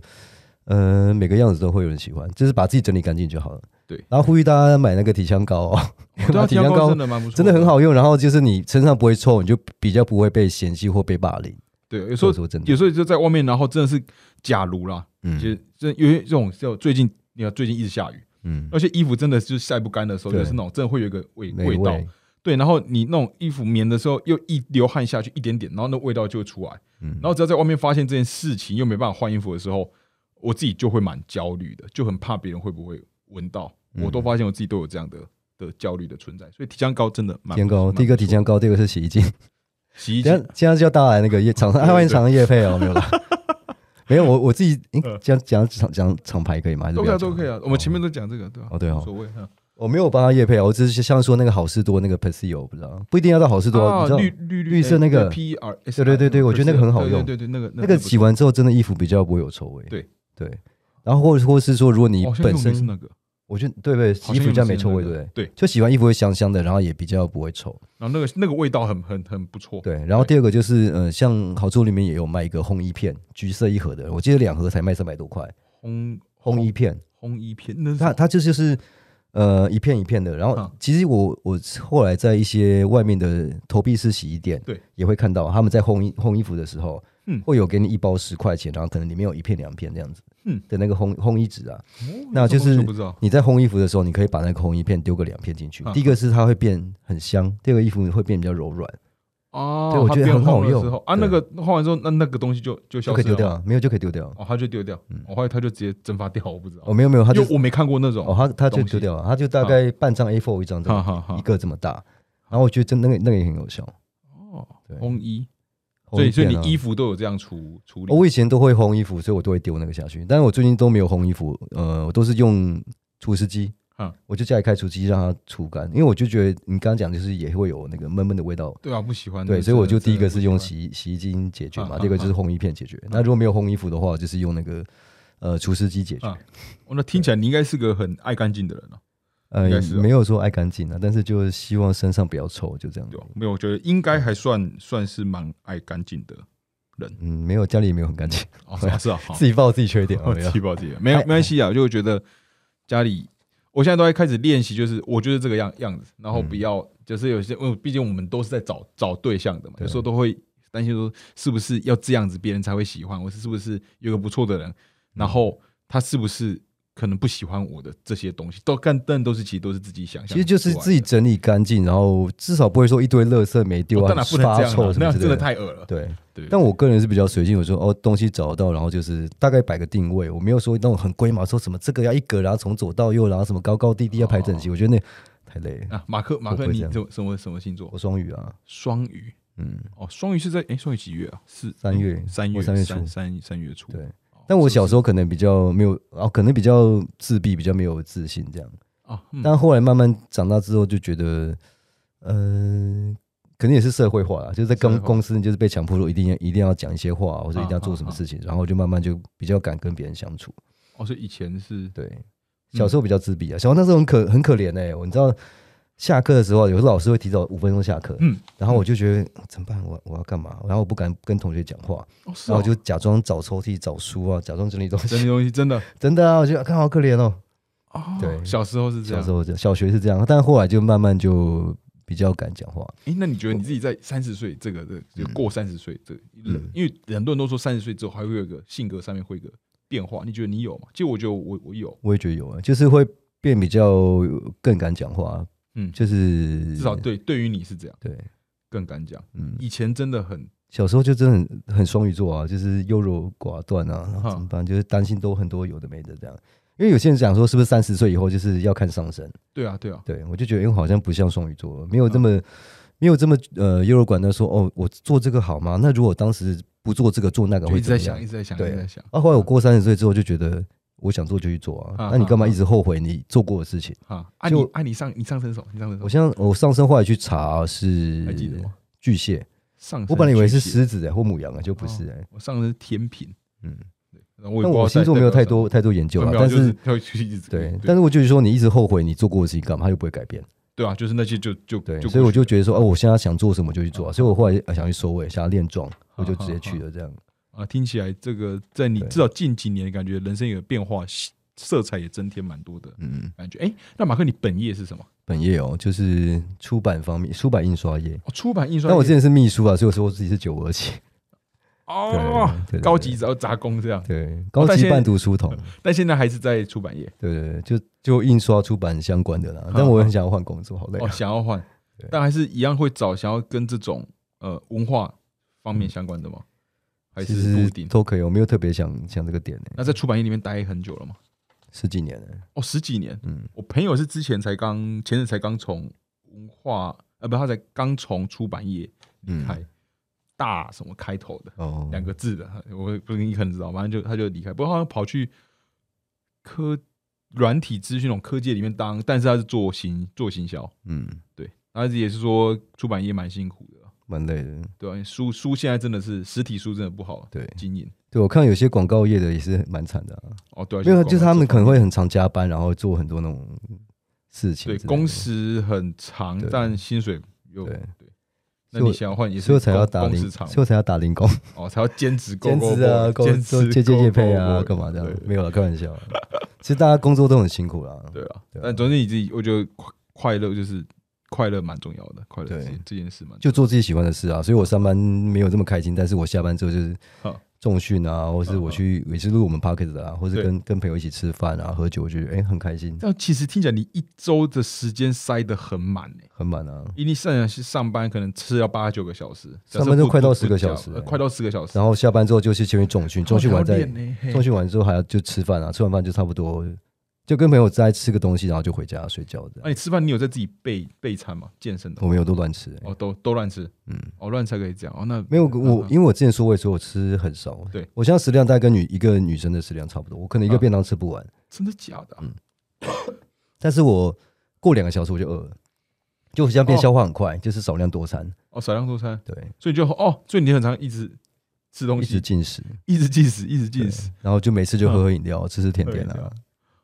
B: 呃，每个样子都会有人喜欢，就是把自己整理干净就好了。
A: 对
B: 然后呼吁大家买那个体香膏、哦，
A: 对
B: (laughs)
A: 啊，
B: 把
A: 体香膏
B: 膏
A: 真的蛮不错，
B: 真的很。好用。然后就是你身上不会臭，你就比较不会被嫌弃或被霸凌。
A: 对，有时候
B: 我说真的
A: 有时候就在外面，然后真的是假如啦，
B: 嗯
A: 其实真的因为这种就最近你看最近一直下雨，
B: 嗯，
A: 而且衣服真的就是晒不干的时候，
B: 对
A: 就是那种真的会有一个味
B: 美
A: 味道。对，然后你那种衣服棉的时候，又一流汗下去一点点，然后那味道就会出来。
B: 嗯
A: 然后只要在外面发现这件事情，又没办法换衣服的时候，我自己就会蛮焦虑的，就很怕别人会不会闻到。我
B: 嗯
A: 都发现我自己都有这样的的焦虑的存在，所以体香膏真的蛮
B: 体香膏，
A: 蛮
B: 第一个体香膏，第二个是洗衣精。
A: 洗衣
B: 等
A: 机
B: 一下，现在就要大家来那个夜厂
A: (laughs)
B: 商，(laughs)
A: 对对
B: 啊欢迎厂商夜配哦，没
A: (laughs)
B: 有啦，没有我我自己，诶
A: 嗯
B: 这样讲讲讲厂牌可以吗？还是
A: 都
B: 不
A: 可以
B: 要
A: 啊，都可以啊。我们前面都讲这个，对吧？
B: 哦对哦
A: 无所谓啊。
B: 我没有帮他夜配啊，我只是像说那个好事多那个 p e r s i o 不知道，不一定要到好事多，啊你知道
A: 哦啊绿绿
B: 绿色那个
A: P R S，
B: 对对对对我觉得那个很好用
A: 对对对，那个
B: 那个
A: 不错
B: 洗完之后真的衣服比较不会有臭味。
A: 对
B: 对，然后或或是说，如果你
A: 好像
B: 本
A: 用的是
B: 身，
A: 那个，
B: 我觉得对对，洗
A: 好像
B: 衣服比较
A: 用的
B: 没
A: 是
B: 臭味，
A: 那
B: 对
A: 个
B: 不对？
A: 对，
B: 就洗完衣服会香香的，然后也比较不会臭。
A: 然后那个那个味道很很很不错。
B: 对，然后第二个就是呃，像好处里面也有卖一个烘衣片，橘色一盒的，我记得两盒才卖三百多块，
A: 烘
B: 烘衣片。
A: 烘衣片，那是
B: 它它就是就是呃一片一片的，然后
A: 嗯
B: 其实我我后来在一些外面的投币式洗衣店，
A: 对，
B: 也会看到他们在烘衣烘衣服的时候，
A: 嗯
B: 会有给你一包十块钱，然后可能里面有一片两片这样子，
A: 嗯
B: 的那个烘烘衣纸啊，
A: 哦
B: 那就
A: 这东西
B: 是
A: 我不知道
B: 你在烘衣服的时候，你可以把那个烘衣片丢个两片进去，
A: 嗯
B: 第一个是它会变很香，第二个衣服会变比较柔软，
A: 哦，
B: 对我觉得
A: 它变
B: 很好
A: 烘了
B: 用
A: 之后啊，
B: 对
A: 那个换完之后，那那个东西就就
B: 就
A: 消
B: 可
A: 失
B: 以丢掉
A: 了吗，
B: 啊，没有就可以丢掉。
A: 哦，它就丢掉，我后来它就直接蒸发掉，我不知道
B: 哦，，没有没有，它
A: 因
B: 就
A: 为我没看过那种
B: 哦，它它就
A: 东西嗯
B: 丢掉了，它就大概半张 A4 一张这么
A: 哈哈哈
B: 一个这么大，然后我觉得真那个那个也很有效。
A: 哦
B: 对，
A: 烘衣，
B: 烘
A: 所以所以
B: 片啊
A: 你衣服都有这样处处理
B: 哦我以前都会烘衣服，所以我都会丢那个下去。但是我最近都没有烘衣服，呃，我都是用除湿机，
A: 嗯
B: 我就家里开除湿机让它除干，因为我就觉得你刚刚讲就是也会有那个闷闷的味道，
A: 对啊，不喜欢，
B: 对，
A: 那
B: 所以我就
A: 真
B: 第
A: 的
B: 一个
A: 真的不
B: 是用
A: 喜
B: 洗衣洗衣精解决嘛，
A: 嗯
B: 第二个就是烘衣片解
A: 啊
B: 决。那如果没有烘衣服的话，就是用那个呃除湿机解决
A: 嗯。欢。哦那听起来你应该是个很爱干净的人啊，
B: 呃
A: 应该，是哦
B: 没有说爱干净啊，但是就是希望身上不要臭，就这样
A: 对。吧？没有，我觉得应该还算算是蛮爱干净的人
B: 嗯，没有，家里也没有很干净，
A: 哦，是啊是啊，好
B: 自己爆自
A: (laughs)
B: 己缺点啊。
A: 我
B: 没有
A: 气爆自己了，没有没关系
B: 哎
A: 啊，我就觉得家里，我现在都在开始练习，就是我就是这个样样子，然后
B: 嗯
A: 不要就是有些，因为毕竟我们都是在找找对象的嘛，有时候都会担心说是不是要这样子别人才会喜欢我，是是不是有个不错的人，
B: 嗯
A: 然后他是不是可能不喜欢我的这些东西，都但但都是其实都是自己想象出来
B: 其实
A: 的，
B: 就是自己整理干净，然后至少不会说一堆垃圾没丢
A: 哦。
B: 啊，
A: 当然不能这
B: 发
A: 样
B: 臭
A: 啊，
B: 什
A: 那
B: 么
A: 样
B: 之
A: 真的
B: 类的。
A: 太恶了。
B: 对，
A: 对，
B: 但我个人是比较随性，我说哦，东西找得到，然后就是大概摆个定位，我没有说那种很龟毛，说什么这个要一格，然后从左到右，然后什么高高低低要排整
A: 哦
B: 齐，我觉得那太累了。
A: 啊，马克马
B: 我
A: 克，
B: 不会
A: 你
B: 这样
A: 什么什么什么星座
B: 我？双鱼啊，
A: 双鱼
B: 嗯，
A: 哦，双鱼是在哎，双、鱼几月啊？是
B: 三月
A: 三月
B: 我三月初
A: 三三三月初。
B: 对
A: 哦，。
B: 但我小时候可能比较没有，哦，可能比较自闭，比较没有自信这样。
A: 啊，嗯
B: 但后来慢慢长大之后，就觉得，呃，肯定也是社会化啦，就是在
A: 社
B: 公
A: 会化
B: 公司，你就是被强迫说一定要一定要讲一些话，或者一定要
A: 啊
B: 做
A: 啊
B: 什么
A: 啊
B: 事情，然后就慢慢就比较敢跟别人相处。
A: 哦，所以以前是
B: 对，
A: 嗯
B: 小时候比较自闭啊，小时候那时候很可很可怜哎、我你知道。下课的时候，有时候老师会提早五分钟下课，
A: 嗯，
B: 然后我就觉得怎么办？我我要干嘛？然后我不敢跟同学讲话，
A: 哦是
B: 然后
A: 哦，
B: 我就假装找抽屉、找书啊，假装整理东
A: 整理
B: 西。 (laughs)
A: 东西真的
B: 真的啊，我觉得看好可怜哦。
A: 哦，
B: 对
A: 小时候是这
B: 小
A: 样
B: 时。候这样，小学是这样，但后来就慢慢就比较敢讲话。
A: 哎，那你觉得你自己在三十岁这个这个就过三十岁这个
B: 嗯，
A: 因为很多人都说三十岁之后还会有一个性格上面会有一个变化，你觉得你有吗？其实我觉得我我有，
B: 我也觉得有啊，就是会变比较更敢讲话，啊
A: 嗯，
B: 就是
A: 至少对对于你是这样，
B: 对，
A: 更敢讲。
B: 嗯，
A: 以前真的很
B: 小时候就真的很很双鱼座啊，就是优柔寡断啊，
A: 嗯
B: 然后
A: 哈
B: 怎么办？就是担心都很多有的没的这样。因为有些人讲说，是不是三十岁以后就是要看上升？
A: 对啊对啊，
B: 对我就觉得，因哎为好像不像双鱼座，没有这么、
A: 嗯
B: 没有这么呃优柔寡断说哦，我做这个好吗？那如果当时不做这个做那个
A: 就
B: 会
A: 一直
B: 怎么
A: 在
B: 样
A: 想，一？直在想，一
B: 对
A: 直在想
B: 啊，后来我过三十岁之后就觉得，我想做就去做啊
A: 啊，
B: 那你干嘛
A: 啊啊
B: 一直后悔你做过的事情？
A: 啊！啊
B: 就
A: 你啊你上你上身手，你上身手
B: 我，像我上升后来去查是
A: 还记得吗？
B: 巨蟹，
A: 上身
B: 我本来以为是
A: 巨蟹，
B: 狮子哎、或母羊啊，就不是哎、
A: 我上身是天平，
B: 嗯，
A: 然后我也不
B: 但
A: 知道
B: 我星
A: 在
B: 座没有
A: 代
B: 太
A: 表
B: 多太多研
A: 什
B: 究
A: 么
B: 了，
A: 没有
B: 但
A: 就是他会去一直
B: 对，但
A: 对
B: 是我就是说，你一直后悔你做过的事情干嘛，它就不会改变。
A: 对啊，就是那些就就
B: 对，
A: 就
B: 所以
A: 过
B: 我
A: 去
B: 就
A: 了
B: 觉得说，哦，我现在想做什么就去做啊、所以我后来呃想去收尾，想要练壮，我就直接去了这样。
A: 啊，听起来这个在你
B: 对
A: 至少近几年感觉人生有变化，色彩也增添蛮多的
B: 嗯，
A: 感觉。哎、那马克，你本业是什么？
B: 本业哦，就是出版方面，出版印刷业。
A: 哦、出版印刷业。
B: 但我之前是秘书啊，所以我说我自己是九二七，
A: 哦，
B: (laughs) 对对对
A: 高级只要杂工这样，
B: 对，
A: 哦
B: 高
A: 但
B: 级
A: 现在
B: 半读书童，
A: 但现在还是在出版业。
B: 对对对，就就印刷出版相关的啦。但我很想要换工作，好累、
A: 嗯哦，
B: 啊。
A: 想要换
B: 对，
A: 但还是一样会找想要跟这种呃文化方面相关的吗？还
B: 嗯其
A: 是
B: 实
A: 固定？
B: 都可以，我没有特别想想这个点呢、
A: 那在出版业里面待很久了吗？
B: 十几年了、
A: 哦，十几年。
B: 嗯，
A: 我朋友是之前才刚，前阵才刚从文化，呃，不，他才刚从出版业
B: 嗯
A: 离开，大什么开头的
B: 哦，
A: 两个字的，我不你可能知道，反正就他就离开，不过好像跑去科软体资讯那种科技里面当，但是他是做行做行销，
B: 嗯，
A: 对，他也是说出版业蛮辛苦的，
B: 蛮累的。
A: 对吧、书书现在真的是实体书真的不好
B: 对
A: 经营
B: 对，我看有些广告业的也是蛮惨的、啊，
A: 哦，对啊、
B: 没有，
A: 广告
B: 就是他们
A: 这
B: 可能会很常加班，然后做很多那种事情之
A: 对
B: 类的，
A: 工时很长
B: 对，
A: 但薪水又
B: 对
A: 对。那
B: 所
A: 你
B: 以我
A: 想要换也是
B: 所以我才要打
A: 工
B: 零，
A: 时
B: 所
A: 长
B: 以我才要打零工，
A: 哦，才要兼职 go
B: 兼
A: go
B: 职啊，
A: go，兼职
B: 接接
A: go
B: 业配
A: go
B: 啊，
A: go
B: 干嘛这样？
A: 对
B: 没有了，开玩笑啊。其实大家工作都很辛苦啦，
A: (laughs) 对啊，
B: 对啊
A: 但总之你自己，我觉得快快乐就是快乐蛮重要的，快乐
B: 对
A: 这件这件事蛮重
B: 就做自己喜欢的事啊。所以我上班没有这么开心，但是我下班之后就是
A: 好
B: 重训啊，或是
A: 嗯
B: 我
A: 嗯
B: 去也是录我们 p o c k e t 啊，或是
A: 对
B: 跟跟朋友一起吃饭啊、喝酒，我觉得哎、很开心
A: 要。，但其实听起来你一周的时间塞得很满诶、
B: 很满啊。
A: 因为你上是上班可能吃要八九个小时，假设
B: 上班都
A: 不
B: 快到
A: 不
B: 10个
A: 不加
B: 小时
A: 呃
B: 欸
A: 快到十个小时，
B: 然后下班之后就去前面重训，重训完
A: 好
B: 再
A: 练欸嘿
B: 重训完之后还要就吃饭啊，吃完饭就差不多就跟朋友再吃个东西，然后就回家睡觉这
A: 那
B: 样。
A: 你吃饭你有在自己备备餐吗？健身的
B: 我没有都乱吃、
A: 哦，都都乱吃，
B: 嗯，
A: 哦乱吃可以这样哦，那
B: 没有我
A: 嗯，
B: 因为我之前说我也说我吃很少，
A: 对
B: 我现在食量大概跟女一个女生的食量差不多，我可能一个
A: 啊
B: 便当吃不完，
A: 真的假的啊？
B: 但是我过两个小时我就饿了，就好像变
A: 哦
B: 消化很快，就是少量多餐，
A: 哦，少量多餐，
B: 对，
A: 所以就哦，所以你很常一直吃东
B: 一直
A: 西，
B: 进食，
A: 一直进食，一直进食，嗯
B: 然后就每次就喝喝饮料，吃吃甜
A: 喝
B: 点
A: 饮
B: 啊
A: 料。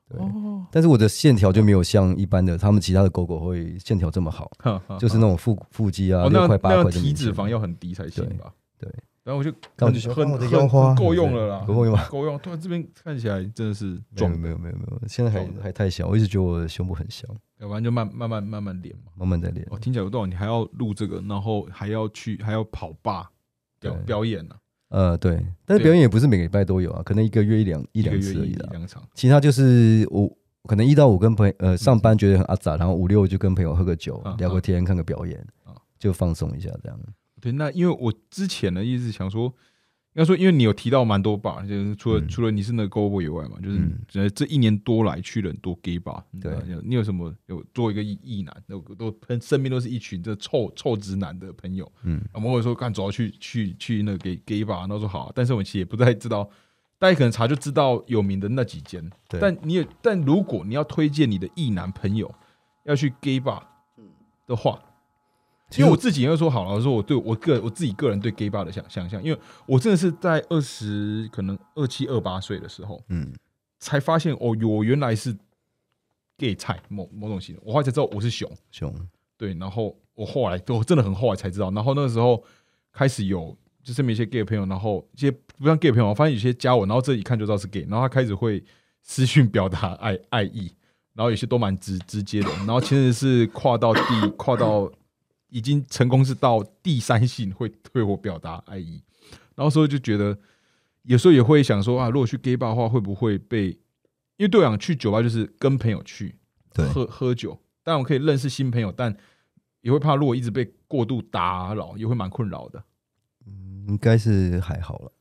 B: 对
A: 哦，
B: 但是我的线条就没有像一般的他们其他的狗狗会线条这么好，
A: 哈哈
B: 就是那种腹腹肌啊，
A: 啊哦，那
B: 六块
A: 那
B: 八
A: 样
B: 块的
A: 体
B: 明
A: 脂
B: 显
A: 肪要很低才行吧？
B: 对对。
A: 然后我就
B: 然后
A: 很
B: 就说啊
A: 很
B: 我的
A: 很
B: 腰花
A: 很够用了啦，
B: 对够用吗
A: 够用。突然这边看起来真的是
B: 没有
A: 壮，
B: 没有没有没有，现在还
A: 壮的
B: 还太小，我一直觉得我的胸部很小，
A: 要不然就慢慢慢慢慢练嘛。
B: 慢慢在练。
A: 哦，听起来有道理，你还要录这个，然后还要去还要跑吧表
B: 对
A: 表演呢，啊
B: 呃，对，但
A: 对
B: 是表演也不是每个礼拜都有啊，可能一个月一两一
A: 一个
B: 两
A: 月
B: 次而
A: 一
B: 已
A: 一
B: 啦。
A: 两场。
B: 其他就是我可能一到五跟朋友呃
A: 嗯
B: 上班觉得很阿杂，然后五六就跟朋友喝个酒
A: 啊，
B: 聊个天，看个表演
A: 啊，
B: 就放松一下这样。
A: 对，那因为我之前呢一直想说，应该说，因为你有提到蛮多吧，就是除了、
B: 嗯
A: 除了你是那个 g o b o 以外嘛，就是
B: 嗯
A: 呃这一年多来去了很多 gay 吧，
B: 对
A: 嗯，你有什么有做一个异异男，都都喷身边都是一群这臭臭直男的朋友，啊
B: 嗯，
A: 我们会说干，主要去去去那个 gay gay 吧，然后说好啊、但是我其实也不太知道。大家可能查就知道有名的那几间，
B: 对
A: 但你也但如果你要推荐你的异男朋友要去 gay bar 的话，因为我自己也会说，好了，我说我对我个我自己个人对 gay bar 的想想象，因为我真的是在二十可能二七二八岁的时候
B: 嗯，
A: 才发现，哦，我原来是 gay 菜某某种型，我后来才知道我是熊，
B: 熊，
A: 对，然后我后来我真的很后来才知道，然后那个时候开始有就身边一些 gay 朋友，然后一些不像 gay 朋友，我发现有些加我，然后这一看就知道是 gay，然后他开始会私讯表达爱爱意，然后有些都蛮直直接的，然后其实是跨到第跨到已经成功是到第三性会对我表达爱意，然后所以就觉得有时候也会想说啊，如果去 gay bar 的话，会不会被？因为对我讲去酒吧就是跟朋友去，
B: 对
A: 喝喝酒，当然我可以认识新朋友，但也会怕如果一直被过度打扰，也会蛮困扰的。
B: 应该是还好了，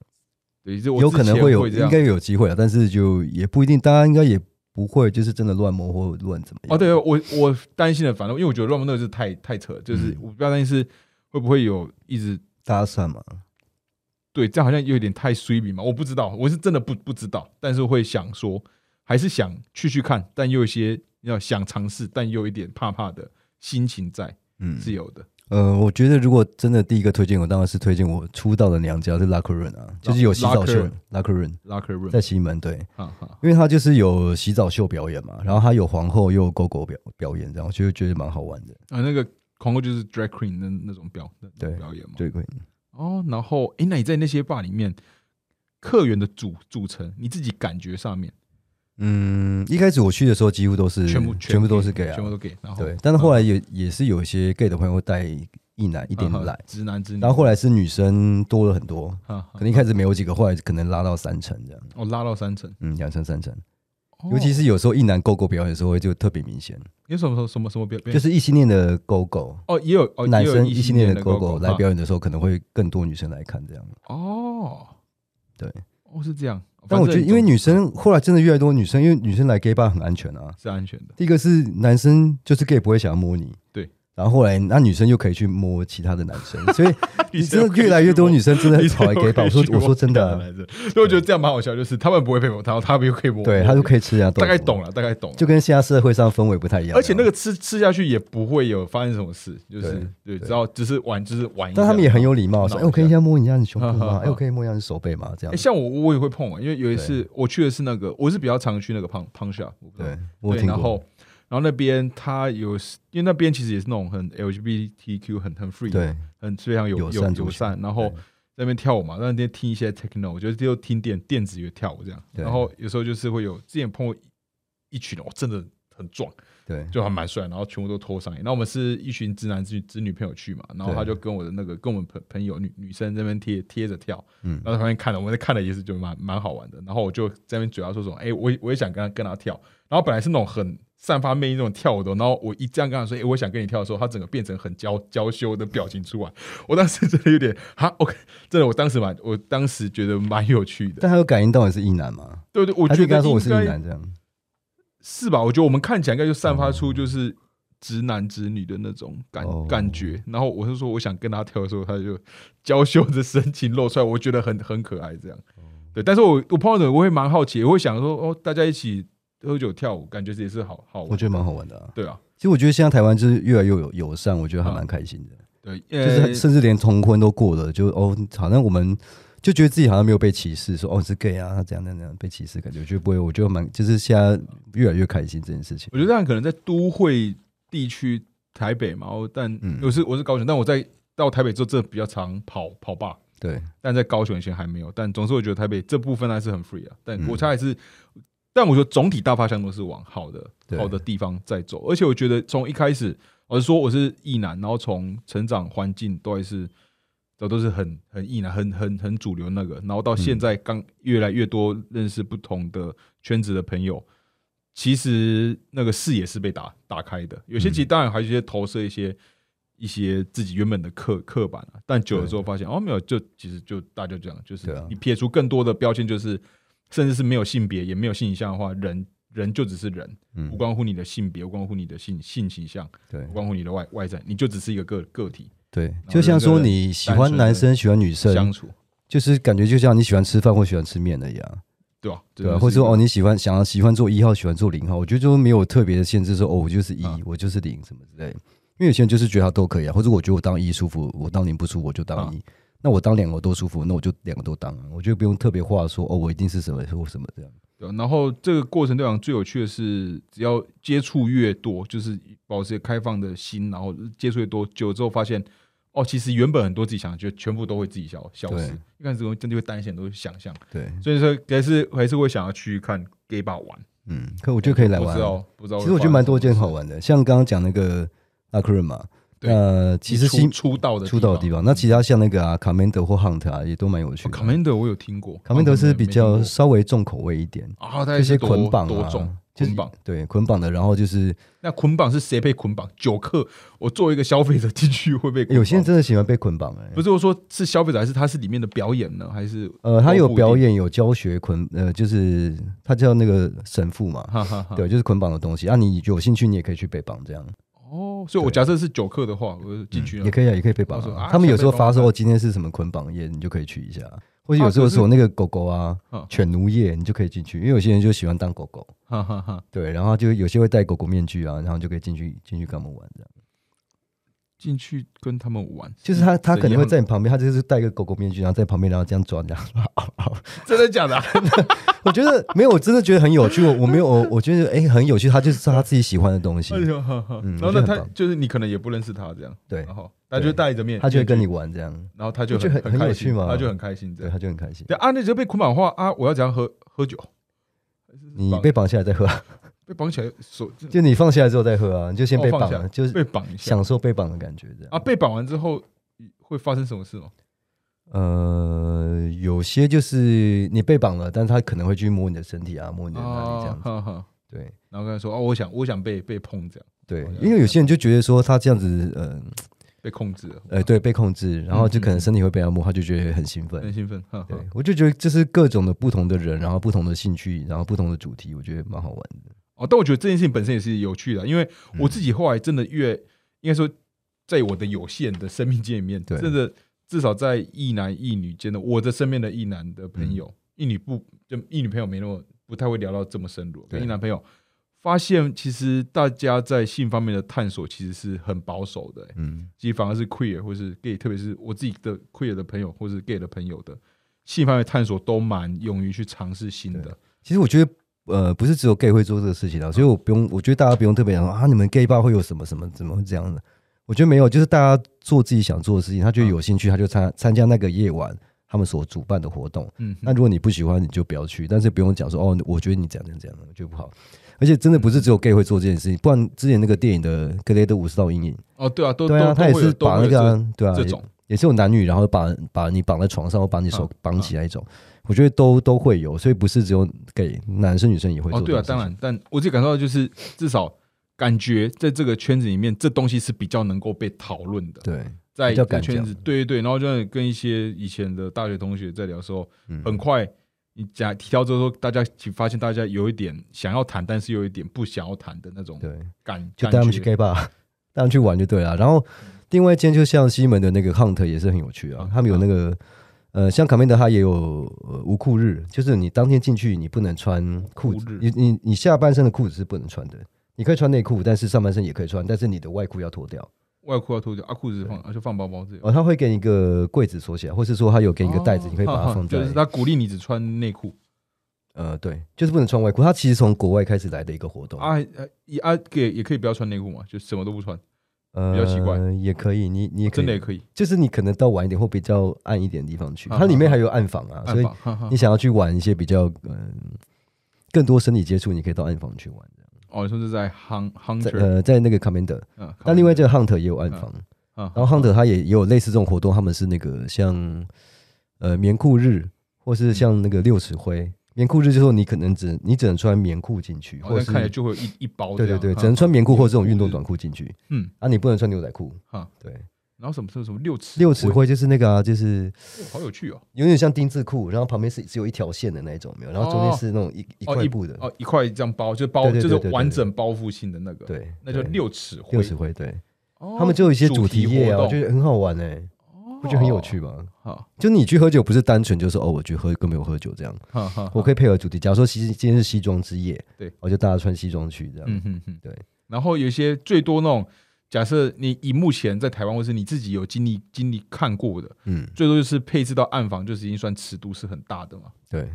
A: 对，就我
B: 有
A: 之
B: 可能
A: 前
B: 会
A: 会
B: 有，
A: 这
B: 应
A: 样
B: 该有机会啊，但是就也不一定，大家应该也不会就是真的乱摸或乱怎么样。
A: 哦，对，我我担心的，反正因为我觉得乱摸那个是太太扯了，就是
B: 嗯
A: 我不要担心是会不会有一直
B: 搭讪嘛，
A: 对，这样好像有点太衰比嘛，我不知道，我是真的不不知道，但是会想说，还是想去去看，但又有一些要想尝试，但又有一点怕怕的心情在
B: 嗯，
A: 是有的。
B: 呃，我觉得如果真的第一个推荐，我当然是推荐我出道的娘家是拉克润啊，就是有洗澡秀，拉克润
A: Locker room，
B: 在西门对，
A: 哈哈，
B: 因为他就是有洗澡秀表演嘛，然后他有皇后又有狗狗表表演，这样我就觉得蛮好玩的。
A: 啊，那个狂哥就是 drag queen 那那种表那
B: 对
A: 表演嘛，
B: 对，可以
A: 哦，然后诶，那你在那些 bar 里面，客源的组组成，你自己感觉上面
B: 嗯，一开始我去的时候几乎都是
A: 全部
B: 全部都
A: gay，
B: 是 gay 啊
A: 全，部都 gay，然后
B: 对，但是后来也也是有一些 gay 的朋友会带一男一点
A: 啊哈
B: 来，
A: 直男直女，
B: 然后后来是女生多了很多，
A: 哈哈
B: 可能一开始没有几个，后来可能拉到三成这样，
A: 哦拉到三层，
B: 嗯，两成三成，
A: 哦
B: 尤其是有时候一男狗狗表演的时候会就特别明显，
A: 有什么什么什么什么表，
B: 就是异性恋的狗狗，
A: 哦也有哦
B: 男生
A: 异
B: 异性
A: 恋
B: 恋
A: 的
B: 的狗狗来
A: 啊
B: 表演的时候，可能会更多女生来看这样。
A: 哦，
B: 对，
A: 哦是这样，
B: 但我觉得，
A: 反正
B: 因为女生后来真的越来越多女生，因为女生来 gay bar 很安全啊。
A: 是安全的，
B: 第一个是男生就是 gay 不会想要摸你，
A: 对。
B: 然后后来那女生又可以去摸其他的男
A: (laughs)
B: 生，所以 (laughs) 你真
A: 女生
B: 的越来越多女生真的
A: 可以
B: 很
A: 去摸。
B: 跑来 gay bar。我
A: (laughs) 女生可以
B: 说
A: 去
B: 我
A: 摸
B: 说真
A: 其
B: 的
A: 他 (laughs)
B: 啊，
A: 男生所以我觉得这样蛮好笑，就是他们不会佩服他，他们又可以摸我，
B: 对他就可以吃人家豆
A: 大
B: 腐，
A: 概懂，了，大概懂了
B: 就。跟现在社会上氛围不太一样。
A: 而且那个，吃吃下去也不会有发生什么事，就是对，
B: 对
A: 只要只是玩，就是玩一下。
B: 但他们也很有礼貌，说
A: 闹一
B: 哎，我可以
A: 下
B: 先摸你一下你胸部
A: 哈哈 (laughs)
B: 吗
A: 哈？
B: 哎，我可以摸一下你手背吗？这
A: 诶
B: 样。
A: 哎像我我也会碰啊，因为有一次我去的是那个，我是比较常去那个胖胖下，我不知道
B: 对，我
A: 对
B: 听
A: 然
B: 过。
A: 后然后那边他有，因为那边其实也是那种很 LGBTQ 很很 free，
B: 对，
A: 很非常有
B: 友
A: 有
B: 善族
A: 友
B: 群
A: 善，然后
B: 对
A: 在那边跳舞嘛，在那边听一些 techno，我觉得就听电电子乐跳舞这样，
B: 对
A: 然后有时候就是会有之前碰过一一群人，哦，真的很壮，
B: 对，
A: 就还蛮帅，然后全部都脱上衣。那我们是一群直男直直女朋友去嘛，然后他就跟我的那个跟我们朋朋友女女生在那边贴贴着跳，
B: 嗯，
A: 然后在旁边看了，我们在看了也是就蛮蛮好玩的。然后我就在那边嘴他说什么，哎、我也我也想跟他跟他跳。然后本来是那种很散发魅力那种跳舞的，然后我一这样跟他说，哎、我想跟你跳的时候，他整个变成很娇娇羞的表情出来。 (laughs) 我当时真的有点哈，OK，真的，我当时蛮，我当时觉得蛮有趣的。
B: 但他有感应到你是异男吗？
A: 对对，我
B: 他
A: 觉
B: 就
A: 得
B: 跟他说我是异
A: 应该
B: 男这样。
A: 是吧？我觉得我们看起来应该就散发出就是直男直女的那种感、
B: 哦
A: 感觉。然后我是说，我想跟他跳的时候，他就娇羞着深情露出来，我觉得很很可爱这样。
B: 哦
A: 对，但是我我碰到的我会蛮好奇，我会想说，哦，大家一起喝酒跳舞，感觉也是好好
B: 我
A: 玩。
B: 觉得蛮好玩的啊。
A: 对啊，
B: 其实我觉得现在台湾就是越来越有友善，我觉得还
A: 啊
B: 蛮开心的。
A: 对，
B: 就是
A: 呃
B: 甚至连同婚都过了，就哦，好像我们就觉得自己好像没有被歧视，说哦你是 gay 啊，怎样怎样怎样被歧视，感觉就不会，我觉得蛮就是现在越来越开心这件事情
A: 我。觉得这样可能在都会地区台北嘛，我但
B: 嗯
A: 我是我是高雄，但我在到台北之后，这比较常跑跑吧。
B: 对，
A: 但在高雄以前还没有。但总之，我觉得台北这部分还是很 free 啊。但
B: 嗯
A: 我猜还是，但我觉得总体大方向都是往好的
B: 对
A: 好的地方在走。而且我觉得从一开始，我是说我是异男，然后从成长环境都还是都都是很很异男，很很很主流那个。然后到现
B: 嗯
A: 在，刚越来越多认识不同的圈子的朋友。其实那个视野是被打打开的，有
B: 嗯
A: 些其实当然还有一些投射一些一些自己原本的刻刻板啊，但久了之后发现哦，没有，就其实就大家就这样，就是
B: 对啊
A: 你撇除更多的标签，就是甚至是没有性别也没有性倾向的话，人人就只是人，
B: 嗯
A: 不，关乎你的性别，不关乎你的性性倾向，
B: 对
A: 不关乎你的外外在，你就只是一个个个体
B: 对，
A: 后
B: 就像说
A: 人跟人
B: 你喜欢男生喜欢女
A: 相
B: 生，
A: 处，
B: 就是感觉就像你喜欢吃饭或喜欢吃面啊的一样，
A: 对吧？
B: 对啊，或者说哦你喜欢想要喜欢做一号喜欢做零号，我觉得就没有特别的限制说哦我就是一、
A: 啊
B: 我就是零什么之类的。因为有些人就是觉得他都可以啊，或者我觉得我当一舒服，我当零不舒服我就当
A: 啊
B: 一，那我当两个都舒服，那我就两个都当啊，我觉得不用特别话说哦，我一定是什么或什么这样。
A: 对啊，然后这个过程对我来讲最有趣的是，只要接触越多，就是保持开放的心，然后接触越多，久了之后发现，哦，其实原本很多自己想的，就全部都会自己消消失
B: 对。
A: 一开始我真的会担心很多想象，
B: 对，
A: 所以说还是还是会想要去看 gay bar 玩，
B: 嗯，可我觉得可以来
A: 不
B: 玩
A: 知。道不知道会发生什么事。
B: 其实我觉得蛮多件好玩的，像刚刚讲那个阿克瑞嘛，
A: 对
B: 呃，其实
A: 出
B: 新
A: 出道的哦
B: 出道的地方，那其他像那个啊卡门德或 Hunt 啊，也都蛮有趣的。
A: ，Commander 我有听过
B: 卡门德是比较
A: 哦没听
B: 稍微重口味一点，
A: 过啊，他
B: 这些捆绑
A: 多重
B: 啊，就是
A: 捆绑。
B: 对捆绑的，然后就是
A: 那捆绑是谁被捆绑？酒客，我作为一个消费者进去会被捆绑
B: 有些人真的喜欢被捆绑哎、
A: 不是我说是消费者，还是他是里面的表演呢？还是
B: 呃，他有
A: 都不一定
B: 表演，有教学捆，呃，就是他叫那个神父嘛，
A: 哈哈哈
B: 对，就是捆绑的东西啊。你有兴趣，你也可以去被绑这样，
A: 哦，所以我假设是九克的话，我进去了
B: 也可以啊，也可以被绑
A: 我说
B: 啊、
A: 啊
B: 他们有时候
A: 想
B: 发
A: 被绑
B: 说哦，今天是什么捆绑夜，你就可以去一下，或者有时
A: 啊
B: 候
A: 可是
B: 说那个狗狗啊
A: 嗯，
B: 犬奴夜，你就可以进去，因为有些人就喜欢当狗狗，
A: 哈哈哈。
B: 对，然后就有些会戴狗狗面具啊，然后就可以进去进去跟他们玩这样。
A: 进去跟他们玩，
B: 就是他他可能会
A: 怎
B: 在你旁边，他就是戴个狗狗面具，然后在旁边，然后这样抓你。
A: 样 (laughs) 真的假
B: (laughs)
A: 的啊？
B: 我觉得没有，我真的觉得很有趣。我我没有，我我觉得哎、很有趣，他就是他自己喜欢的东西
A: 哎，呦哈哈
B: 嗯
A: 然后
B: 我
A: 呢，
B: 觉得很
A: 他
B: 棒
A: 就是你可能也不认识他这样，
B: 对
A: 然后他就戴着面，
B: 他就会跟
A: 面
B: 你玩这样
A: 具，，然后他就
B: 就很
A: 开
B: 很有
A: 心
B: 趣嘛
A: 他就很开心这
B: 对，
A: 样。
B: 他就很开心。
A: 对啊，那只要被捆绑的话啊，我要怎样喝喝酒？
B: 你被绑下来再喝啊，
A: 被绑起来手就
B: 就你放下来之后再喝啊，你就先被
A: 哦放
B: 绑
A: 下
B: 了，就是
A: 被绑一下
B: 享受被绑的感觉这样。
A: 啊，被绑完之后会发生什么事吗？
B: 呃，有些就是你被绑了，但是他可能会去摸你的身体啊，摸你的哪里这
A: 啊
B: 样子。
A: 哈哈
B: 对
A: 然后跟他说哦，我想我想被被碰这样，
B: 对
A: 哦了，解
B: 因为有些人就觉得说他这样子，呃
A: 被控制了，
B: 呃，对，被控制，然后就
A: 嗯
B: 可
A: 嗯嗯
B: 能身体会被他摸，他就觉得很兴奋
A: 很。兴奋，哈哈
B: 对，我就觉得这是各种的不同的人，然后不同的兴趣，然后不同的主题，我觉得蛮好玩的。
A: 哦，但我觉得这件事情本身也是有趣的，啊因为
B: 嗯
A: 我自己后来真的越，应该说，在我的有限的生命经验里面，
B: 对
A: 真的至少在一男一女间的，我的身边的一男的朋友，
B: 嗯
A: 一女不就一女朋友没那么不太会聊到这么深入，
B: 对
A: 跟一男朋友发现其实大家在性方面的探索其实是很保守的、欸
B: 嗯，
A: 其实反而是 queer 或是 gay，特别是我自己的 queer 的朋友或是 gay 的朋友的性方面探索都蛮勇于去尝试新的
B: 对，其实我觉得，呃，不是只有 gay 会做这个事情啊，所以我不用，我觉得大家不用特别想说啊，你们 gay 吧会有什么什么，怎么会这样的？我觉得没有，就是大家做自己想做的事情，他觉得有兴趣，他就参参加那个夜晚他们所主办的活动。
A: 嗯哼，
B: 那如果你不喜欢，你就不要去，但是不用讲说哦，我觉得你怎样怎样怎样，我觉得不好。而且真的不是只有 gay 会做这件事情，不然之前那个电影的《格雷的五十道阴影》，
A: 哦，对啊，都
B: 对啊，
A: 都
B: 他
A: 都
B: 也
A: 会有
B: 是
A: 都
B: 把
A: 会
B: 那
A: 有
B: 个
A: 这
B: 啊对啊，
A: 这
B: 也
A: 种
B: 也是有男女，然后把把你绑在床上，或把你手
A: 嗯
B: 绑起来一种，我觉得都都会有，所以不是只有给男生女生也会做
A: 哦，
B: 这
A: 对啊，
B: 种事情。
A: 当然，但我自己感受到就是，至少感觉在这个圈子里面，这东西是比较能够被讨论的，
B: 对，
A: 在这
B: 比较
A: 个
B: 敢
A: 圈
B: 讲
A: 子，对对对，然后就跟一些以前的大学同学在聊的时候，
B: 嗯
A: 很快你讲提到之后，大家其发现大家有一点想要谈，但是又有一点不想要谈的那种
B: 对，
A: 感
B: 就
A: 感
B: 带他们去
A: 觉
B: gay bar，带他 (laughs) 们去玩就对了。然后另外一间就像西门的那个 hunt 也是很有趣啊
A: 嗯，
B: 他们有那个。呃，像卡梅德他也有呃无裤日，就是你当天进去你不能穿裤
A: 无裤
B: 子
A: 日，
B: 你你你下半身的裤子是不能穿的，你可以穿内裤，但是上半身也可以穿，但是你的外裤要脱掉。
A: 外裤要脱掉，啊裤子放，啊就放包包这样。
B: 哦，他会给你一个柜子锁起来，或是说他有给你一个袋子，
A: 哦
B: 你可以把它放在、
A: 就是他鼓励你只穿内裤
B: 呃，对，就是不能穿外裤。他其实从国外开始来的一个活动，
A: 啊，呃也啊给也可以不要穿内裤嘛，就什么都不穿，
B: 呃，
A: 比较奇怪，哦
B: 也可以，你你也可
A: 真
B: 以，
A: 的也可以。
B: 就是你可能到晚一点或比较暗一点的地方去，
A: 啊
B: 它里面还有暗房啊，所
A: 暗
B: 以
A: 访哈哈
B: 你想要去玩一些比较嗯、更多身体接触，你可以到暗房去玩。
A: 哦，你说是在 Hun
B: 在
A: Hunter，
B: 呃，在那个 Commander，
A: 嗯，
B: 但另外这个 Hunt 也有暗房，
A: 啊，
B: 然后 Hunt 他也也有类似这种活动，他们是那个像呃棉裤日，或
A: 嗯
B: 是像那个六尺灰。棉裤日就是说你可能只你只能穿棉裤进去，
A: 好
B: 或
A: 像
B: 是
A: 哦看起来就会有一一包哦这
B: 对对
A: 样，啊嗯
B: 对，
A: 哈
B: 只能穿棉裤或者这种运
A: 棉
B: 动
A: 裤
B: 短裤进去
A: 嗯，
B: 啊，你不能穿牛仔裤
A: 啊。
B: 对，
A: 然后什么什么什么六尺
B: 六尺，灰就是那个啊，就是
A: 哦好有趣哦，
B: 有点像丁字裤，然后旁边是只有一条线的那一种，没有，然后中
A: 哦
B: 间是那种一一
A: 哦
B: 块布的，
A: 哦，一块这样包，就包
B: 对对
A: 就
B: 对
A: 是
B: 对对
A: 完整包覆性的那个，，
B: 对，
A: 那叫
B: 对
A: 六尺灰
B: 六，尺灰，对，
A: 哦
B: 他们就有一些主题夜啊，
A: 活动
B: 我觉得很好玩哎，
A: 哦
B: 不觉得很有趣吗？
A: 好，
B: 就你去喝酒不是单纯就是哦，我去喝跟没有喝酒这样，
A: 哈哈，
B: 我可以配合主题。假如说西今天是西装之夜，
A: 对，
B: 我就大家穿西装去这样。
A: 嗯哼哼，
B: 对。
A: 然后有一些最多那种假设你以目前在台湾或是你自己有经历经历看过的，
B: 嗯，
A: 最多就是配置到暗房，就是已经算尺度是很大的嘛？
B: 对，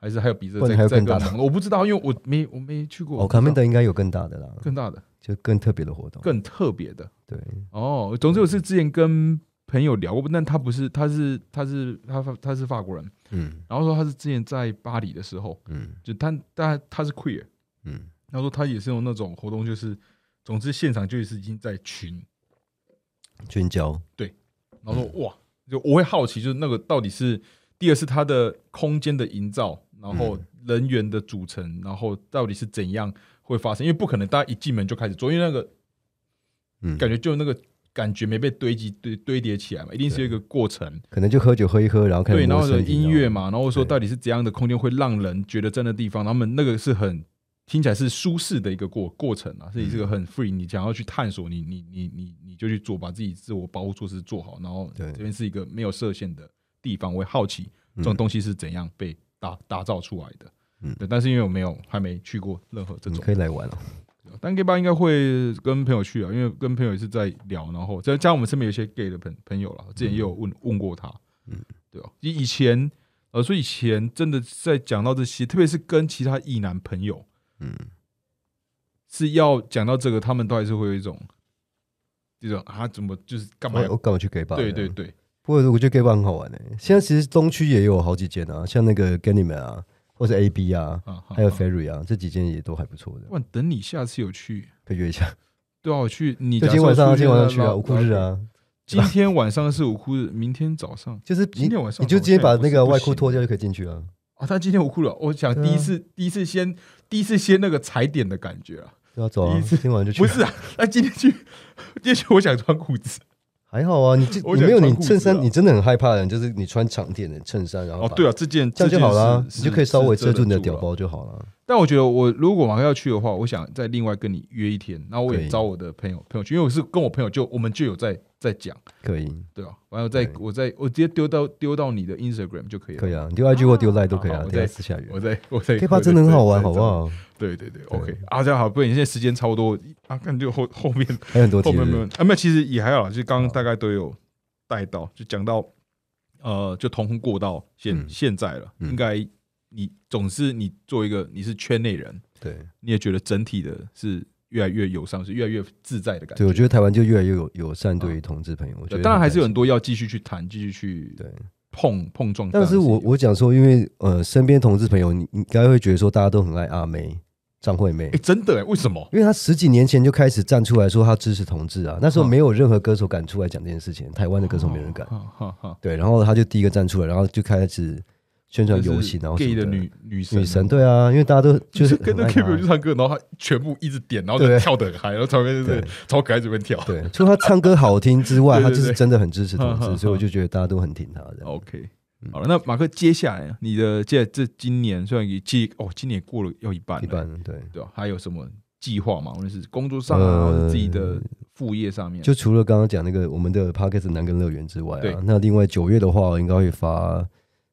A: 还是还有比这
B: 不
A: 个
B: 然
A: 再
B: 还有
A: 再
B: 更大的
A: 忙的？我不知道，因为我没我没去过。
B: 哦，
A: 我不
B: 卡
A: 知
B: 梅
A: 道
B: 德应该有更大的啦，
A: 更大的、
B: 就更特别的活动。
A: 更特别的
B: 对，
A: 哦。总之我是之前跟朋友聊过，但他不是，他是他是他法他是法国人，
B: 嗯
A: 然后说他是之前在巴黎的时候，
B: 嗯
A: 就他他他是 queer，
B: 嗯
A: 他说他也是有那种活动，就是总之现场就是已经在群，
B: 群交，
A: 然后说哇，就我会好奇，就是那个到底是第二是它的空间的营造，然后人员的组成，然后到底是怎样会发生？因为不可能大家一进门就开始做，因为那个
B: 嗯，
A: 感觉就那个感觉没被堆积堆堆叠起来嘛，一定是有一个过程。
B: 可能就喝酒喝一喝，然后开
A: 对，
B: 始
A: 然
B: 摸
A: 后有
B: 身体
A: 音乐
B: 然后
A: 嘛，然后说
B: 对
A: 到底是怎样的空间会让人觉得在那地方，他们那个是很听起来是舒适的一个过过程啊，所以这个很 free，你想要去探索，你你你你你就去做，把自己自我保护措施做好，然后
B: 对
A: 这边是一个没有设限的地方，我会好奇这种东西是怎样被打打造出来的。
B: 嗯
A: 对，但是因为我没有还没去过任何这
B: 你
A: 种
B: 嗯可，以来玩啊了。
A: 但 gay 吧应该会跟朋友去啊，因为跟朋友也是在聊，然后再加上我们身边有一些 gay 的朋朋友啦，之前也有问、问过他，嗯
B: 嗯，
A: 对吧、以以前呃，所以以前真的在讲到这些，特别是跟其他异男朋友
B: 嗯，
A: 是要讲到这个，他们都还是会有一种这种啊，怎么就是干嘛
B: 我
A: 要？
B: 我干嘛去 gay bar？
A: 对对。对，
B: 不过我觉得 gay bar 很好玩诶、现在其实东区也有好几间啊，像那个 g a n y m a 啊，或是 AB 啊，
A: 啊，哦好
B: 还有
A: 好
B: Ferry 啊，这几间也都还不错的，
A: 不然等你下次有去，
B: 可以约一下。
A: 对啊，我去你
B: 就
A: 假
B: 今天
A: 设
B: 晚上啊，
A: 出
B: 今天晚上去
A: 拉
B: 啊，无裤日，
A: 拉
B: 啊，
A: 今天晚上是无裤日，明天早上。
B: 就是
A: 今
B: 你
A: 天晚上
B: 你就直接把那个外裤脱
A: 掉。
B: 掉就可以进去了。
A: 啊，他今天我哭了，我想
B: 对啊
A: 第一次、第一次先第一次先那个踩点的感觉啊，
B: 对啊，走啊，
A: 第一次
B: 今晚就去。
A: 不是啊，那今天去，今天去我想穿裤子，
B: 还好啊，你这
A: 我
B: 你
A: 想
B: 没有
A: 穿
B: 你
A: 裤
B: 衬
A: 子啊
B: 衫，你真的很害怕的人，就是你穿长点的衬衫，然后
A: 哦
B: 把
A: 对啊，这件
B: 这样就好啦，你就可以稍微遮住你的
A: 件是是遮
B: 屌。
A: 得了
B: 包就好了。
A: 但我觉得我如果马上要去的话，我想再另外跟你约一天，然后我
B: 可
A: 也
B: 以
A: 找我的朋友朋友去，因为我是跟我朋友就我们就有在在讲，
B: 可以，
A: 对啊，完了再
B: 对
A: 我再我直接丢到丢到你的 Instagram 就可以了，
B: 可以啊，你丢 IG 或丢 Line 都可以
A: 好
B: 啊
A: 我，
B: 等
A: 再
B: 一下私下约。
A: 我再我再
B: K 吧真的很好玩，好不？
A: 再
B: 好？
A: 对对对，OK，啊，这样好，不然你现在时间差不多啊，看就后后
B: (laughs)
A: 面
B: 还有很多
A: 哦，
B: 节
A: 没有没有
B: 日，
A: 啊，没有，其实也还好啦，就刚刚大概都有带到，就讲到呃，就同婚过到现、
B: 嗯
A: 现在了，
B: 嗯
A: 应该你总是你做一个你是圈内人，
B: 对
A: 你也觉得整体的是越来越友善，是越来越自在的感觉。
B: 对，我觉得台湾就越来越有友善对于同志朋友，我
A: 嗯
B: 觉
A: 对
B: 得
A: 当然还是有
B: 很
A: 很多要继续去谈，继续去
B: 开心对。
A: 碰碰撞，
B: 但是
A: 当然
B: 我
A: 有
B: 我讲说，因为呃，身边同志朋友，你你应该会觉得说，大家都很爱阿妹、张惠妹
A: 哎、，真的哎、为什么？
B: 因为她十几年前就开始站出来说她支持同志啊，那时候
A: 嗯哦
B: 没有任何歌手敢出来讲这件事情，台湾的歌手没人敢。
A: 哈哈哈，
B: 对，然后她就第一个站出来，然后就开始宣传
A: 就是
B: 游行，然啊后什
A: gay
B: 么
A: 的女女神
B: 女神，。对啊，因为大家都就是
A: 跟着
B: 很爱
A: K
B: 她啊
A: 表去唱歌，然后他全部一直点，然后就
B: 对
A: 跳的很嗨，然后旁边就是
B: 对
A: 超可爱，这边跳。
B: 对，除了他唱歌好听之外，
A: 对对
B: 他
A: 对
B: 就是真的很支持同
A: 哼 (laughs) 哼
B: 志，所以我就觉得大家都很挺他的。
A: OK，好了，那马克，接下来啊你的这这今年虽然也既哦，今年也过了要一半了，
B: 一般对，
A: 对吧、还有什么计划吗？无论是工作上啊，
B: 呃
A: 或者自己的副业上面，
B: 就除了刚刚讲那个我们的 p a r k e s 南跟乐园之外
A: 对
B: 啊，那另外九月的话，我应该会发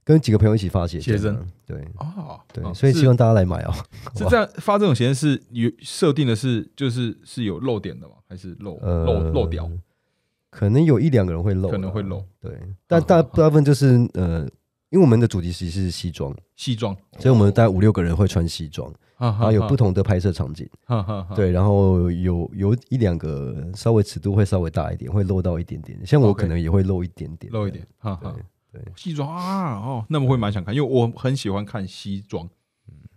B: 跟几个朋友一起发写
A: 写
B: 真
A: 真
B: 啊，对
A: 啊，
B: 对，
A: 啊
B: 所以
A: 是
B: 希望大家来买哦。
A: 是这样发这种闲是有设定的是就是是有漏点的吗？还是漏
B: 呃，
A: 漏漏掉？，
B: 可能有一两个人会漏，啊
A: 可能会漏，
B: 对，但
A: (laughs)
B: 大大部分就是呃。因为我们的主题其实是西装，
A: 西装，哦
B: 所以我们大概五六个人会穿西装，
A: (laughs) 哈
B: 然后有不同的拍摄场景。
A: 哈哈哈，
B: 对，然后有有一两个稍微尺度会稍微大一点，会漏到一点点。像我
A: OK
B: 可能也会漏一点点，
A: 漏一点，哈
B: 这
A: 哈
B: 样。。对对，
A: 西装啊，哦，那么会蛮想看，因为我很喜欢看西装，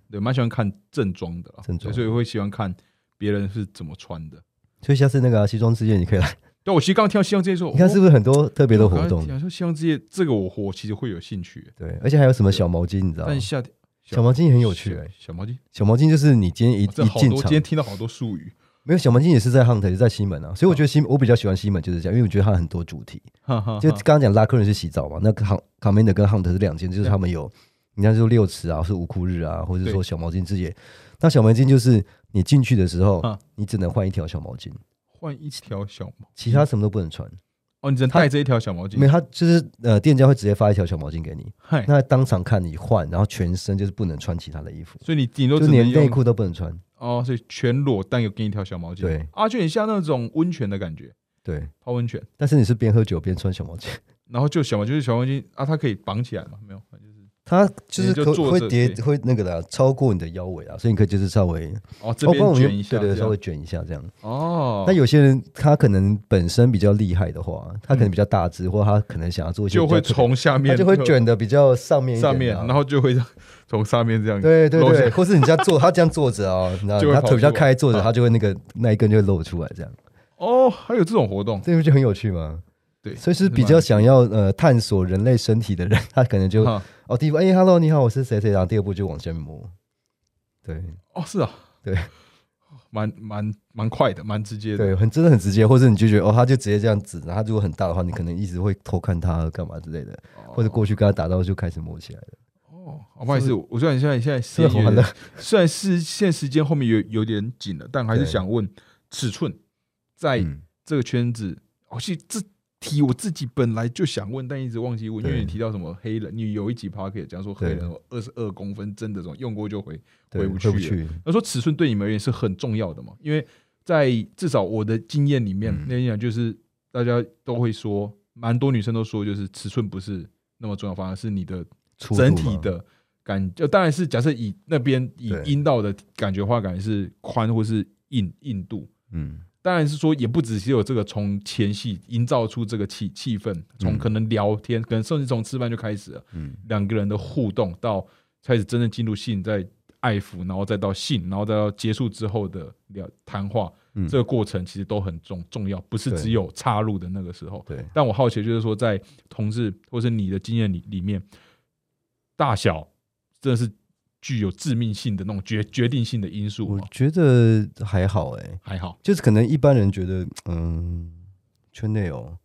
A: 对，蛮喜欢看正装的啦，
B: 嗯正装
A: 所以会喜欢看别人是怎么穿的。
B: 所以下次那个啊、西装之夜你可以来，
A: 对，我其实刚刚听到西装这些时候，
B: 你看是不是很多特别的活
A: 我
B: 动
A: 哦刚才？讲说西装这些，这个我我其实会有兴趣，
B: 对，而且还有什么小毛巾，你知道吗
A: 但？夏天
B: 啊小毛巾很有趣、欸，
A: 小毛巾，
B: 小毛巾就是你今天一
A: 哇哦这
B: 一
A: 好
B: 进
A: 多，今
B: 场
A: 天，听到好多术语，
B: 没有小毛巾也是在 Hunt 也是在西门啊，所以
A: 哦
B: 我觉得西我比较喜欢西门就是这样，因为我觉得它很多主题。
A: 哈哈哈，
B: 就刚刚讲拉克人去洗澡嘛，那卡卡梅德跟汉德是两间，就是他们有，你看说六尺啊，是无裤日啊，或者
A: 对
B: 说小毛巾之夜。那小毛巾就是你进去的时候
A: 啊，
B: 你只能换一条小毛巾，
A: 嗯换一条小毛，
B: 其他什么都不能穿。
A: 哦，你只能带着一条小毛
B: 没
A: 巾，
B: 有，他就是呃，店家会直接发一条小毛巾给你，
A: 嗨，
B: 那当场看你换，然后全身就是不能穿其他的衣服，
A: 所以你顶多
B: 就
A: 只
B: 连
A: 能
B: 内
A: 用
B: 裤都不能穿。
A: 哦，所以全裸，但有给你一条小毛巾。
B: 对
A: 啊，就很像那种温泉的感觉，
B: 对，
A: 泡温泉，
B: 但是你是边喝酒边穿小毛巾，
A: 然后就小毛就是小毛巾啊，它可以绑起来嘛？没有，
B: 它就
A: 你
B: 是
A: 就
B: 可
A: 坐
B: 会
A: 着
B: 叠
A: 对
B: 会那个的啊，超过你的腰围啊，所以你可以就是稍微
A: 哦，这
B: 哦不然
A: 边
B: 我们
A: 卷一下，
B: 对对，
A: 这
B: 稍
A: 样
B: 微卷一下这样。
A: 哦，
B: 那有些人他可能本身比较厉害的话，他可能比较大只，或他可能想要做一些
A: 就
B: 比较
A: 会
B: 特别
A: 从下面
B: 他就会卷的比较上面一点
A: 上
B: 的
A: 面，
B: 啊
A: 然后就会 (laughs) 从上面这样
B: 对对
A: 露下
B: 对，或是你这样坐，他这样坐着啊，你知
A: (laughs)
B: 道
A: 就会
B: 他
A: 跑
B: 腿比较
A: 出来
B: 开坐着，
A: 啊
B: 他就会那个那一根就会露出来，这样，
A: 哦，还有这种活动，
B: 这不就很有趣吗？
A: 对，
B: 所以是
A: 蛮
B: 比较想要呃探索人类身体的人，他可能
A: (laughs)
B: 就
A: 哈
B: 哦第一步哎，hello 你好，我是谁谁，然后第二步就往前摸，对
A: 哦，是啊，
B: 对，
A: 蛮蛮蛮快的，蛮直接的，
B: 对，很真的很直接，或者你就觉得哦，他就直接这样指，然后他如果很大的话，你可能一直会偷看他干嘛之类的，或者过去跟他打到就开始摸起来了，
A: 哦，好不好意思，我虽然现在现在时
B: 是
A: 间有
B: 完
A: 点
B: 了，
A: (laughs) 虽然是现在时间后面有有点紧了，但还是
B: 对
A: 想问尺寸在
B: 嗯
A: 这个圈子，哦，其实这题我自己本来就想问，但一直忘记问，因为
B: 对
A: 你提到什么黑人，你有一集 p o c k e t 讲说黑
B: 对
A: 人二十二公分真的这种用过就回
B: 对，
A: 回
B: 回
A: 不去
B: 不
A: 了
B: 去，
A: 那说尺寸对你们而言是很重要的嘛？因为在至少我的经验里面，
B: 嗯
A: 那讲就是大家都会说，蛮多女生都说，就是尺寸不是那么重要，反而是你的
B: 出
A: 整
B: 度
A: 体
B: 嘛
A: 的感觉。当然是假设以那边以
B: 对
A: 阴道的感觉话，感觉是宽或是硬硬度。
B: 嗯
A: 当然是说，也不只是有这个从前戏营造出这个气气氛，从
B: 嗯
A: 可能聊天，可能甚至从吃饭就开始了，
B: 嗯
A: 两个人的互动到开始真正进入性，在爱抚，然后再到性，然后再到结束之后的聊谈话，
B: 嗯
A: 这个过程其实都很重重要，不是
B: 对
A: 只有插入的那个时候。
B: 对
A: 但我好奇就是说，在同志或是你的经验里里面，大小真的是具有致命性的那种决决定性的因素
B: 我
A: 吗？
B: 觉得还好哎、
A: 还好，
B: 就是可能一般人觉得，嗯，圈内哦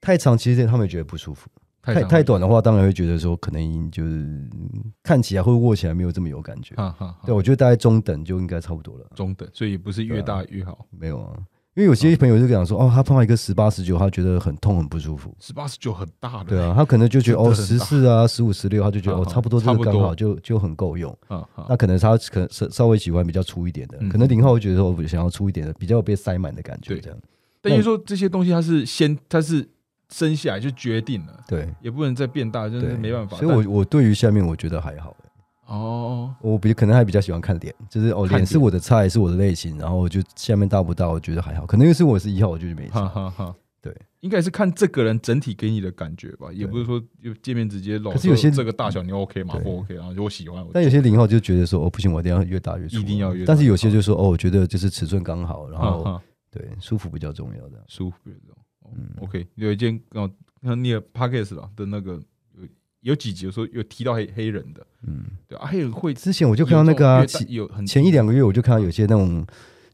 B: 太长，其实他们也觉得不舒服；太
A: 长
B: 太
A: 了，
B: 短的话，当然会觉得说可能就是嗯看起来或握起来没有这么有感觉。
A: 哈哈，哈
B: 对，我觉得大概中等就应该差不多了，
A: 中等，所以也不是越大越好。
B: 没有啊。因为有些朋友就讲说，哦，他碰到一个十八、十九，他觉得很痛、很不舒服。
A: 十八十九很大的，
B: 对啊，他可能就觉得
A: (laughs) 真
B: 哦，
A: 的很
B: 十
A: 大
B: 四啊、十五、十六，他就觉得
A: (laughs) 啊
B: 哦，
A: 啊
B: 差不多这
A: 差不
B: 个刚
A: 多
B: 好就就很够用。
A: 嗯，嗯
B: 那可能他可能稍稍微喜欢比较粗一点的，
A: 嗯
B: 可能零号会觉得说我想要粗一点的，比较有被塞满的感觉，
A: 对
B: 这样
A: 但因为说这些东西它是先，它是生下来就决定了，
B: 对
A: 也不能再变大，真的
B: 对，
A: 是没办法。
B: 所以我我对于下面我觉得还好，
A: 但哦，
B: 我比可能还比较喜欢看脸，就是哦
A: 看
B: 脸
A: 脸
B: 是我的菜，是我的类型，然后我就下面大不大，我觉得还好，可能因为是我是一号，我就是没
A: 哈
B: 差。
A: 哈哈，
B: 对，
A: 应该是看这个人整体给你的感觉吧，也不是说就界面直接露。
B: 可是有些
A: 说这个大小你 OK 吗？
B: 对
A: 不 OK，然后我喜欢，我
B: 但有些零号就觉得说哦不行，我一定要越大越粗，
A: 一定要越大
B: 但是有些就说哦，我觉得就是尺寸刚好，然
A: 哈
B: 后
A: 哈
B: 对舒服比较重要的。
A: 舒服这种。哦
B: 嗯
A: OK，有一件哦，那你的 Pockets 吧的那个有有几集有说有提到黑黑人的，
B: 嗯，
A: 对啊，黑人会
B: 之前我就
A: 就
B: 看到那个啊，其
A: 有很
B: 前一两个月我就看到有些那种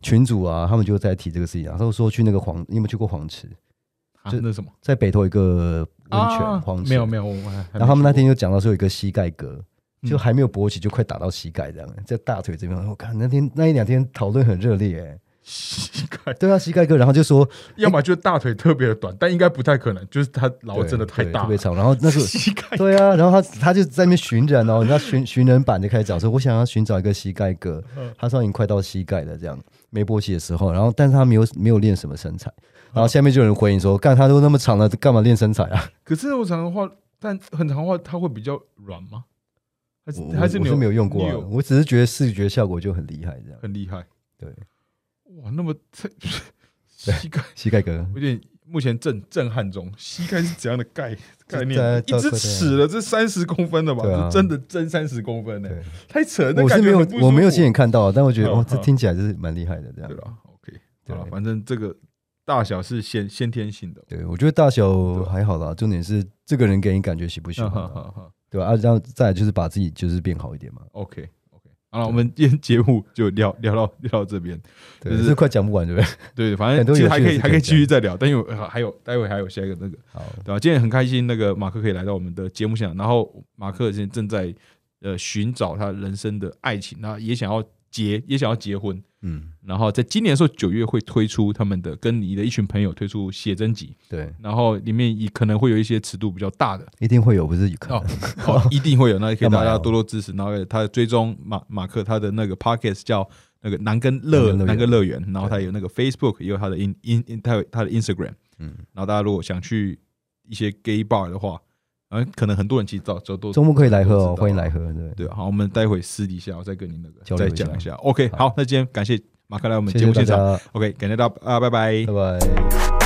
B: 群主啊，他们就在提这个事情啊，他们说去那个黄，你有没有去过黄池？
A: 啊
B: 就
A: 那什么
B: 在北投一个温泉、
A: 啊
B: 黄池，
A: 没有没有，我还还没
B: 然后他们那
A: 去过
B: 天就讲到说有一个膝盖哥，
A: 嗯
B: 就还没有勃起就快打到膝盖这样，在大腿这边。我看那天那一两天讨论很热烈、欸，
A: 膝 (laughs) 盖
B: 对啊，膝盖哥，然后就说
A: 要么就是大腿特别的短，但应该不太可能，就是他老
B: 对
A: 真的太
B: 对
A: 大
B: 特
A: 了
B: 别，长。然后
A: (laughs)
B: 那是
A: 膝盖
B: 对啊，然后他他就在那边寻人哦，那寻寻人版就开始讲说，我想要寻找一个膝盖哥，
A: 嗯
B: 他说已经快到膝盖了这样，没勃起的时候，然后但是他没有没有练什么身材。然后下面就有人回应说：“干他都那么长了，干嘛练身材啊
A: 可是我常的话，但很长的话，它会比较软吗？还？”是
B: 我
A: 还是
B: 我
A: 你
B: 是没有用过、
A: 你
B: 啊，我只是觉得视觉效果就很厉害，这样
A: 很厉害。
B: 对，
A: 哇，那么这 (laughs) 膝盖
B: 膝盖哥
A: 有点目前震震撼中，膝盖是怎样的
B: (laughs)
A: 概概
B: 在
A: 念？一只尺了，这三十公分了吧？
B: 对啊
A: 这真的真三十公分呢、
B: 对。
A: 太扯了，那
B: 我
A: 感
B: 是
A: 觉
B: 没有
A: 很不舒，服
B: 我没有亲眼看到，但我觉得
A: 嗯
B: 哦，这
A: 嗯
B: 听起来就是蛮厉害的这样
A: 对。吧？OK，对
B: 对
A: 了，反正这个大小是先先天性的。
B: 对，我觉得大小
A: 对嗯
B: 还好啦，重点是这个人给你感觉喜不喜
A: 哈
B: 欢
A: 哈
B: 啊，
A: 哈哈
B: 对吧？啊，这样再来就是把自己就是变好一点嘛。
A: OK OK，好了，我们今天节目就聊聊到聊到这边。
B: 对，
A: 就是
B: 这快讲不完，对不对？
A: 对，反正
B: 很多
A: 其
B: 有
A: 实
B: 趣
A: 还
B: 的
A: 可以
B: 事
A: 还可以
B: 可以
A: 继续再聊，但因为呃还有待会还有下一个那个，
B: 好，
A: 对吧、今天很开心，那个马克可以来到我们的节目现场，然后马克现在正在呃寻找他人生的爱情，那也想要结也想要结婚，
B: 嗯，
A: 然后在今年的时候，九月会推出他们的跟你的一群朋友推出写真集，
B: 对，
A: 然后里面也可能会有一些尺度比较大的
B: 一定会有，不是有可能
A: 哦，哦一定会有，那可以
B: 干嘛
A: 大
B: 呀
A: 家多多支持。然后他追踪马马克他的那个 podcast 叫那个南根乐
B: 南
A: 南
B: 根
A: 根乐园，然后他有那个 Facebook，也有他的 in in 他有他的 Instagram，
B: 嗯
A: 嗯，然后大家如果想去一些 gay bar 的话，嗯，可能很多人其实早早都
B: (laughs) 周末可以来喝
A: 都知
B: 哦，
A: 道
B: 欢迎来喝，对，
A: 对，啊好，我们待会私底下我再跟你那
B: 交
A: 个
B: 流
A: 再
B: 一下
A: 讲一下。OK，好，那今天感谢马克来我们
B: 谢
A: 节
B: 谢
A: 目
B: 大
A: 现场。
B: 家，
A: OK，感谢大家，啊拜拜
B: 拜拜。